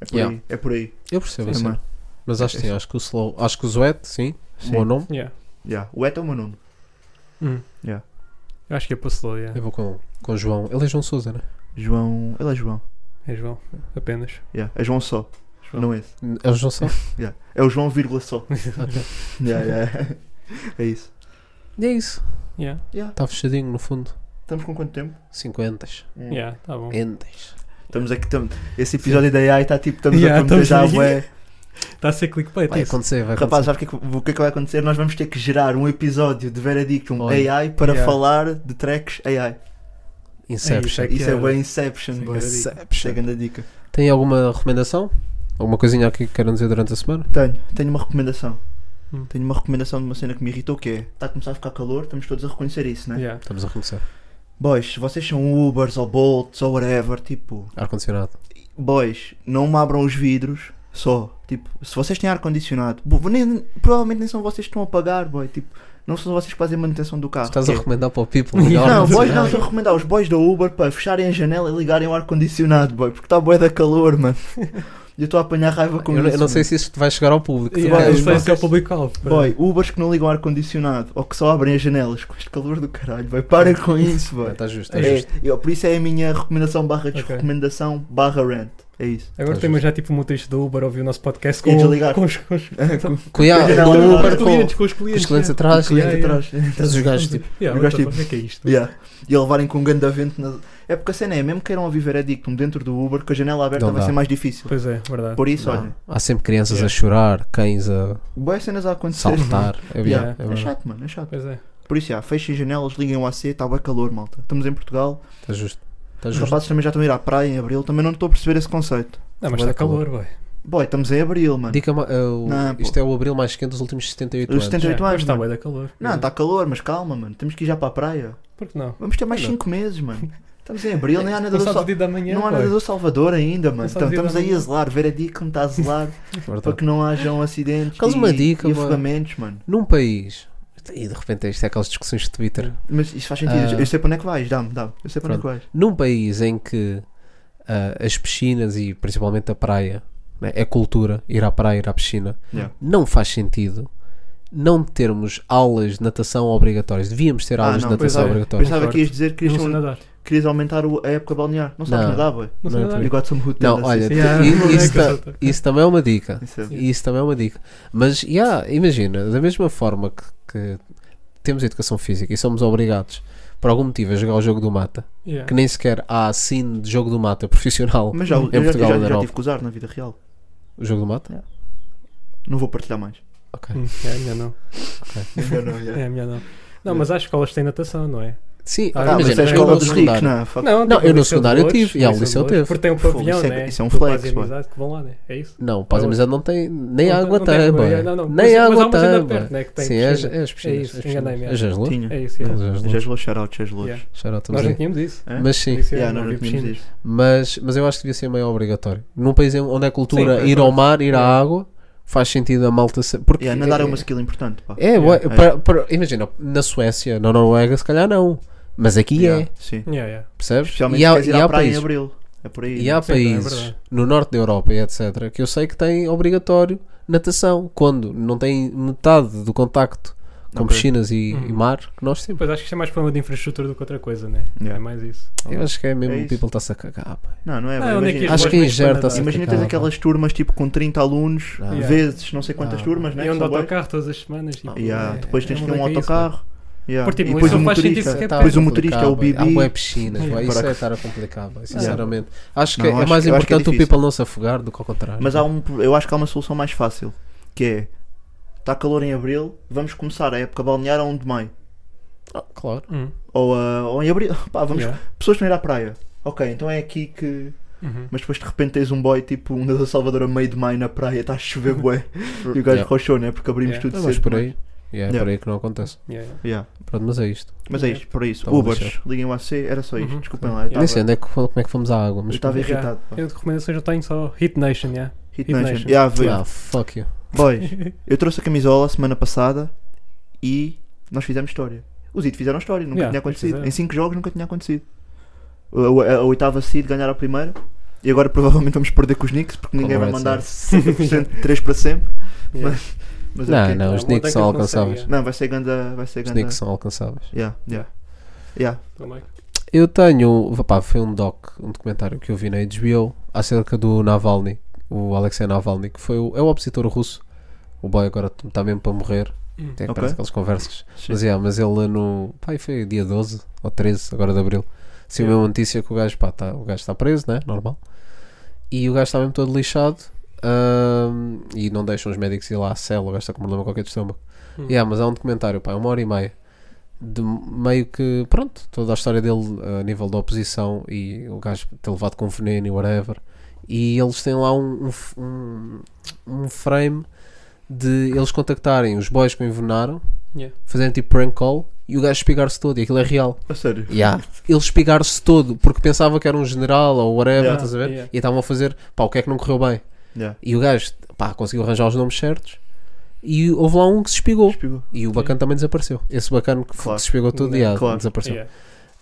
E: É por
F: Yeah.
E: aí, é por aí.
F: Eu percebo,
E: É,
F: sim.
E: mano.
F: Mas acho que sim, acho que o Slow, acho que o Zuet, sim,
E: Sim.
F: bom nome.
B: Yeah.
E: Yeah. O Et é o meu nome.
B: Hum.
E: Yeah.
B: Eu acho que é para slow, yeah.
F: Eu vou com, com o João. Ele é João Souza, né?
E: João. Ele é João.
B: é João, apenas.
E: Yeah. É João só.
B: João.
E: Não esse.
F: É o João Souza.
E: Yeah. É o João vírgula só.
F: Ok.
E: Yeah, yeah. É isso.
F: E é isso.
B: Yeah,
E: Yeah.
F: Está Tá fechadinho no fundo.
E: Estamos com quanto tempo?
F: 50.
E: Hum.
B: yeah, tá
F: É.
B: bom.
F: Entas.
E: Estamos aqui, tam- esse episódio da AI está tipo, estamos
B: Yeah,
E: a prometer já,
B: estamos-
E: ué.
B: Está Tá a ser clickbait
F: Vai
B: isso.
F: acontecer, vai
E: Rapaz,
F: acontecer.
E: sabe o que, é que- o que é que vai acontecer? Nós vamos ter que gerar um episódio de Veredictum
F: Olha.
E: AI para
B: Yeah.
E: falar de tracks AI.
F: Inception.
B: É
E: Isso é
B: era.
E: o Inception,
B: Sim,
E: boy.
B: era
E: Isso
F: Inception.
E: é grande dica.
F: Tem alguma recomendação? Alguma coisinha aqui que queiram dizer durante a semana?
E: Tenho, tenho uma recomendação.
B: Hum.
E: Tenho uma recomendação de uma cena que me irritou que é. Está a começar a ficar calor, estamos todos a reconhecer isso, né?
B: Yeah.
F: Estamos a começar.
E: Boys, se vocês são Ubers ou Bolts ou whatever, tipo,
F: Ar-condicionado.
E: boys, não me abram os vidros só. Tipo, se vocês têm ar-condicionado, bo- nem- provavelmente nem são vocês que estão a pagar, boy. Tipo, não são vocês que fazem a manutenção do carro.
F: Estás a
E: Que é-
F: recomendar para o people melhor
E: Não, boys, não,
F: ar-condicionado?
E: estou a recomendar os boys da Uber para fecharem a janela e ligarem o ar-condicionado, boy, porque está boa da calor, mano. E eu estou a apanhar raiva com
F: Eu,
E: isso.
F: não- eu não
E: mano.
F: sei se isto vai chegar ao público.
E: Yeah.
B: Yeah,
E: Boy,
B: não sei
E: não
B: se é o
E: sei-
B: público-alvo.
E: Boy, Ubers que não ligam ar-condicionado ou que só abrem as janelas com este calor do caralho, boy, para com isso, boy.
F: Está justo, está
E: É,
F: justo.
E: eu, por isso é a minha recomendação barra desrecomendação barra rant. É isso.
B: Agora
F: Tá
B: temos
F: justo.
B: já tipo um motorista do Uber ouvir o nosso podcast
E: E
B: com,
E: desligar.
B: com os, com os-
F: Cuidado,
E: Não,
F: do
E: não, não,
F: Uber
B: com os
F: com
B: clientes, com os
F: com os
B: clientes.
F: clientes
B: yeah.
F: atrás.
E: cliente
B: yeah.
E: atrás.
F: Todos os gajos, tipo,
B: Yeah,
E: Eu
B: what the
E: gosto
B: fuck, o que é isto?
E: Yeah. E a levarem com um grande vento. Na... É porque a cena é mesmo que queiram viver adicto dentro do Uber, com a janela aberta
F: Não
E: vai
F: dá.
E: ser mais difícil.
B: Pois é, verdade.
E: Por isso,
F: Não.
E: olha,
F: Há sempre crianças
B: Yeah.
F: a chorar, cães a
E: boas cenas a acontecer.
F: saltar. É,
E: Yeah.
F: yeah, é,
E: É
F: verdade.
E: chato, mano, é chato.
B: Pois é.
E: Por isso, já, fechem as janelas, liguem o AC, está bem calor, malta. Estamos em Portugal,
F: Está justo. Está
E: os
F: justo.
E: rapazes também já estão a ir à praia em abril, também não estou a perceber esse conceito.
B: Não, mas
F: Agora
B: está calor, boy.
E: Boy, estamos em abril, mano.
F: Dica, ma- é o-
E: Não, pô.
F: isto é o abril mais quente dos últimos 78
E: Dos
F: anos. tá-
E: 78
B: Yeah, mas
E: anos,
B: Está
E: mano.
B: bué da calor.
E: Não, está calor, mas calma, mano. Temos que ir já para a praia.
B: Por que não?
E: Vamos ter mais
F: Olha.
E: 5 meses, mano. Estamos em abril, nem há nada do
B: Não
E: Sal-
B: sabes o dia da manhã,
E: Não há
B: boy.
E: nada do Salvador ainda, mano.
B: Não sabes
E: Então,
B: o dia
E: estamos
B: da
E: aí
B: manhã.
E: a zelar, ver a dica como está a zelar para
F: Verdade.
E: que não hajam acidentes
F: Causa
E: e,
F: uma dica,
E: e
F: mano.
E: afogamentos, mano.
F: Num país. E de repente isto é aquelas discussões de Twitter.
E: Mas isso faz sentido.
F: Ah.
E: Eu sei para onde é que vais, dá-me, dá-me. Eu sei para onde é que vais.
F: Num país em que ah, as piscinas e principalmente a praia né, é cultura, ir à praia, ir à piscina,
E: Yeah.
F: não faz sentido não termos aulas de natação obrigatórias. Devíamos ter
E: Ah,
F: aulas
E: não,
F: de natação
B: pois é.
F: obrigatórias.
E: Pensava que ias dizer que
B: Eu não
E: querias,
B: sei nadar.
E: querias aumentar o- a época balnear. Não sabes
F: Não.
E: nadar, boy.
B: Não sei
F: Não,
B: nadar.
E: You got some hood
F: Não,
E: tendencies.
F: olha,
B: Yeah,
F: i-
B: não é
F: isso,
B: que eu
F: ta-
B: sou-
F: isso também é uma dica.
E: Isso é-
F: Isso também é uma dica. Mas, yeah, imagina, da mesma forma que, que temos educação física e somos obrigados, por algum motivo, a jogar o jogo do mata,
B: Yeah.
F: que nem sequer há assim de jogo do mata profissional
E: Mas já,
F: em
E: eu já-
F: Portugal
E: já,
F: e na
E: já,
F: Europa.
E: tive É. que usar na vida real.
F: O jogo do mata?
E: Não vou partilhar mais.
F: Ok.
B: Hum, É, a minha não.
E: Ainda não, yeah.
B: É, a minha não. Não, mas há escolas que têm natação, não é?
F: Sim,
B: Ah,
E: Ah, mas
F: imagina,
E: é a
F: eu
E: escola
F: no
E: dos ricos,
F: secundário.
E: não. fuck.
B: Não, tipo,
F: Não, eu no
B: o Liceu de
F: secundário
B: Lourdes,
F: tive, yeah, o Liceu
B: de Lourdes,
F: teve.
B: Porque tem um
E: Fogo,
B: pavilhão,
E: isso é-
B: né?
E: isso é um
B: Do Paz
E: flex,
B: e
E: pô.
B: Amizade que vão lá, né? É isso?
F: Não, o Paz
B: Não,
F: Amizade não tem nem
B: Não tem-
F: água
B: não tem
F: tem,
B: água,
F: boy.
B: yeah, não, não, mas-
F: Nem
B: mas há
F: água
B: uma zona
F: tem,
B: perto,
F: boy.
B: né, que tem
F: Sim, é as-
B: piscina.
F: é as piscinas.
B: É
F: as
B: isso,
F: piscinas.
B: enganei-me,
F: É Jaslow?
E: Tinha.
B: É isso, yeah.
E: Já gelou shout-out, já gelou.
B: Yeah.
F: Shout out,
B: Nós
F: mas
B: não
F: é.
B: tínhamos isso.
E: É?
F: Mas sim,
B: Liceu
E: Yeah,
B: não
E: nós não
B: havia
E: tínhamos
B: piscinas.
E: isto.
F: mas, mas eu acho que devia ser meio obrigatório. Num país em- onde é cultura
B: Sim,
F: ir ao
B: concordo.
F: mar, ir à
B: Yeah.
F: água, faz sentido a malta. se- Porque
E: Yeah, nadar é uma skill importante, pá.
F: É, ué,
E: Yeah,
F: para- para- imagina, na Suécia, na Noruega, se calhar não. Mas aqui
E: Yeah,
F: é,
E: Sim.
B: Yeah, yeah.
F: percebes?
E: Especialmente
F: E há,
E: se queres ir
F: e há
E: à praia em
F: países,
E: abril. É por aí.
F: e há
B: Sim, também é
F: países
B: verdade.
F: no norte da Europa e etc. que eu sei que têm obrigatório natação quando não tem metade do contacto com
E: Ok.
F: piscinas e,
B: Uhum.
F: e mar que nós temos.
B: Pois acho que isto é mais problema de infraestrutura do que outra coisa, né? É
E: Yeah.
B: mais isso.
F: Eu acho que é mesmo
E: É
F: o
E: isso.
F: people está-se a cagar. pá.
E: Não, não é.
B: Ah, onde é que ias
E: imagina
B: boas
F: Acho que
B: meias para
F: injeta
B: nadar.
F: assim.
E: imagina tens
F: Acaba.
E: aquelas turmas tipo com 30 alunos,
F: Ah.
B: Yeah.
E: vezes não sei quantas
F: Ah.
E: turmas, né?
B: E
E: que
B: onde
E: são bué.
B: autocarro todas as semanas. tipo,
E: Yeah,
B: é-
E: Depois
B: é
E: tens que
B: uma
E: ter um
B: doica isso,
E: autocarro. Yeah.
B: Porque, tipo,
E: e depois
B: isso
E: um
B: não faz sentido
E: motorista.
B: sequer
F: Tá
E: Depois o
F: a
E: motorista é o
F: complicar, boy. Há
E: BB.
F: bué piscinas, boy.
E: Yeah.
F: Isso
E: Para-
F: é estar a complicar, boy, sinceramente. Acho que
E: Não,
F: é
E: acho-
F: mais
E: eu acho que é
F: importante o
E: difícil.
F: people não se afogar do que ao contrário.
E: Mas há um, eu acho que há uma solução mais fácil, que é está calor em abril, vamos começar a época balnear a 1 de maio.
F: Ah, claro.
B: Hum,
E: Ou, a- ou em abril, pá, vamos,
B: yeah.
E: pessoas não ir à praia. Ok, então é aqui que.
B: Uhum.
E: Mas depois de repente tens um boy tipo um da Salvador a meio de maio na praia, está a chover bué. e o gajo
F: Yeah.
E: rochou, né? Porque abrimos
B: Yeah.
E: tudo
F: Ah,
E: cedo.
F: mas por
E: demais.
F: aí. yeah,
E: Yeah.
F: por aí que não acontece.
B: Yeah, yeah.
E: Yeah.
F: Pronto, mas é isto.
E: Mas é isto, por isso.
F: Então vou
E: Ubers,
F: deixar.
E: liguem o AC, era só isto.
B: Uhum.
E: Desculpem lá, eu
F: Eu nem
E: estava-
F: sei onde é que, como é que fomos à água,
E: eu
F: mas.
E: estava
B: Yeah.
E: irritado. pá.
B: Eu de recomendações eu tenho só Hit Nation, yeah.
E: Hit
B: Hit
E: Nation.
B: Nation.
E: Yeah, veio.
F: Ah, fuck you.
E: Boys, eu trouxe a camisola semana passada e nós fizemos história. Os IT fizeram história, nunca
B: Yeah,
E: tinha
B: fizeram.
E: acontecido. Em 5 jogos nunca tinha acontecido. A, a- a oitava seed ganhar a primeira e agora provavelmente vamos perder com os Knicks porque ninguém vai
F: Como
E: mandar
F: vai
E: 60% de 3 para sempre.
B: Yeah.
E: Mas, mas é
F: Não,
E: o quê?
F: não, os
B: Não,
F: Knicks são
B: ontem que eu consegue,
F: alcançáveis.
E: Não, vai ser ganda. Vai ser
F: Os
E: ganda.
F: Knicks são alcançáveis.
E: Yeah, yeah. Yeah.
B: Também.
F: Eu tenho. Pá, foi um doc, um documentário que eu vi na HBO acerca do Navalny, o Alexei Navalny, que foi o, é o opositor russo. O boy agora está mesmo para morrer.
B: Hum.
F: Tem
E: Ok.
F: parece aquelas conversas.
E: Sim.
F: Mas, yeah, mas ele no. Pai, foi dia 12 ou 13 agora de abril. Sim, a mesma notícia que o gajo, pá, tá, o gajo está preso, né? Normal. E o gajo está mesmo todo lixado. ahm, e não deixam os médicos ir lá à cela. O gajo está com problema qualquer de estômago.
B: Hum.
F: Yeah, mas há um documentário, pá, é uma hora e meia. De meio que, pronto, toda a história dele a nível da oposição e o gajo ter levado com veneno e whatever. E eles têm lá um, um f- um, um frame de eles contactarem os boys que o envenenaram,
B: Yeah.
F: fazerem tipo prank call e o gajo espigar-se todo. E aquilo é real.
E: A sério.
F: Yeah. Ele espigar-se todo porque pensava que era um general ou whatever,
E: Yeah.
F: estás a ver?
B: Yeah.
F: E estavam a fazer, pá, o que é que não correu bem?
E: Yeah.
F: E o gajo, pá, conseguiu arranjar os nomes certos. E houve lá um que se espigou.
E: Espigou.
F: E o bacana também desapareceu. Esse bacana que, f-
E: Claro.
F: que se espigou todo
B: Yeah.
F: e ah,
E: Claro.
F: desapareceu.
B: Yeah.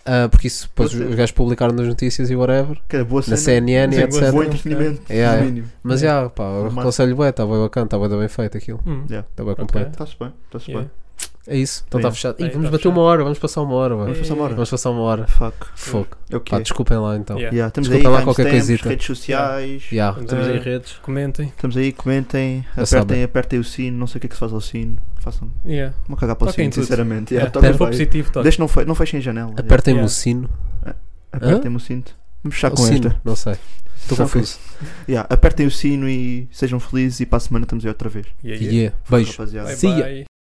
F: Ah, porque isso depois
E: Pois é.
F: os gajos publicaram nas notícias e whatever,
E: Que era boa
F: na
E: cena.
F: CNN e
B: Sim,
F: etc.
E: Bom entretenimento.
F: Yeah,
E: no
F: yeah.
E: mínimo.
F: Mas já, pá, eu
E: Mas-
F: aconselho bem, está bem bacana, está bem, bem feito aquilo.
B: Hum.
E: Yeah.
F: Está bem
B: Ok.
F: completo.
E: Está-se Tá bem, está-se
B: Yeah.
E: bem.
F: É isso, então está
E: Yeah.
F: fechado. Ih,
B: Aí,
F: vamos
B: tá
F: bater
B: fechado.
F: uma hora, vamos passar uma hora,
E: Vamos
F: velho.
E: passar uma hora. Ah,
F: Vamos passar uma hora.
E: Fuck.
F: Fogo.
E: É o quê?
F: Pá, desculpem lá então.
B: Yeah.
E: Yeah, Estamos aí,
F: Desculpa lá
E: timestamps,
F: qualquer coisita.
E: redes sociais.
F: Yeah,
B: Estamos
F: estamos
E: aí.
F: em redes.
B: Comentem.
E: Estamos aí, comentem, apertem,
F: sabem.
E: apertem o sino, não sei o que é que se faz ao sino. Façam
B: Yeah.
E: uma cagar para o
B: Toquem
E: sino,
B: tudo.
E: sinceramente. Yeah,
B: Yeah.
E: toquem
B: Se for
E: para aí.
B: positivo, tá. toque.
E: Deixa não, fe não fechem a janela. yeah.
F: Apertem-me
B: Yeah.
F: o sino.
E: Apertem o cinto. Vamos fechar
F: O
E: com
F: sino,
E: esta.
F: não sei. Estou
E: São coisas.
F: confuso.
E: Yeah, apertem o sino e sejam felizes e para a semana estamos aí outra vez.
B: Yeah, yeah.
F: Yeah. Beijo.
E: Rapaziada.
B: Bye,
F: See ya.
B: bye.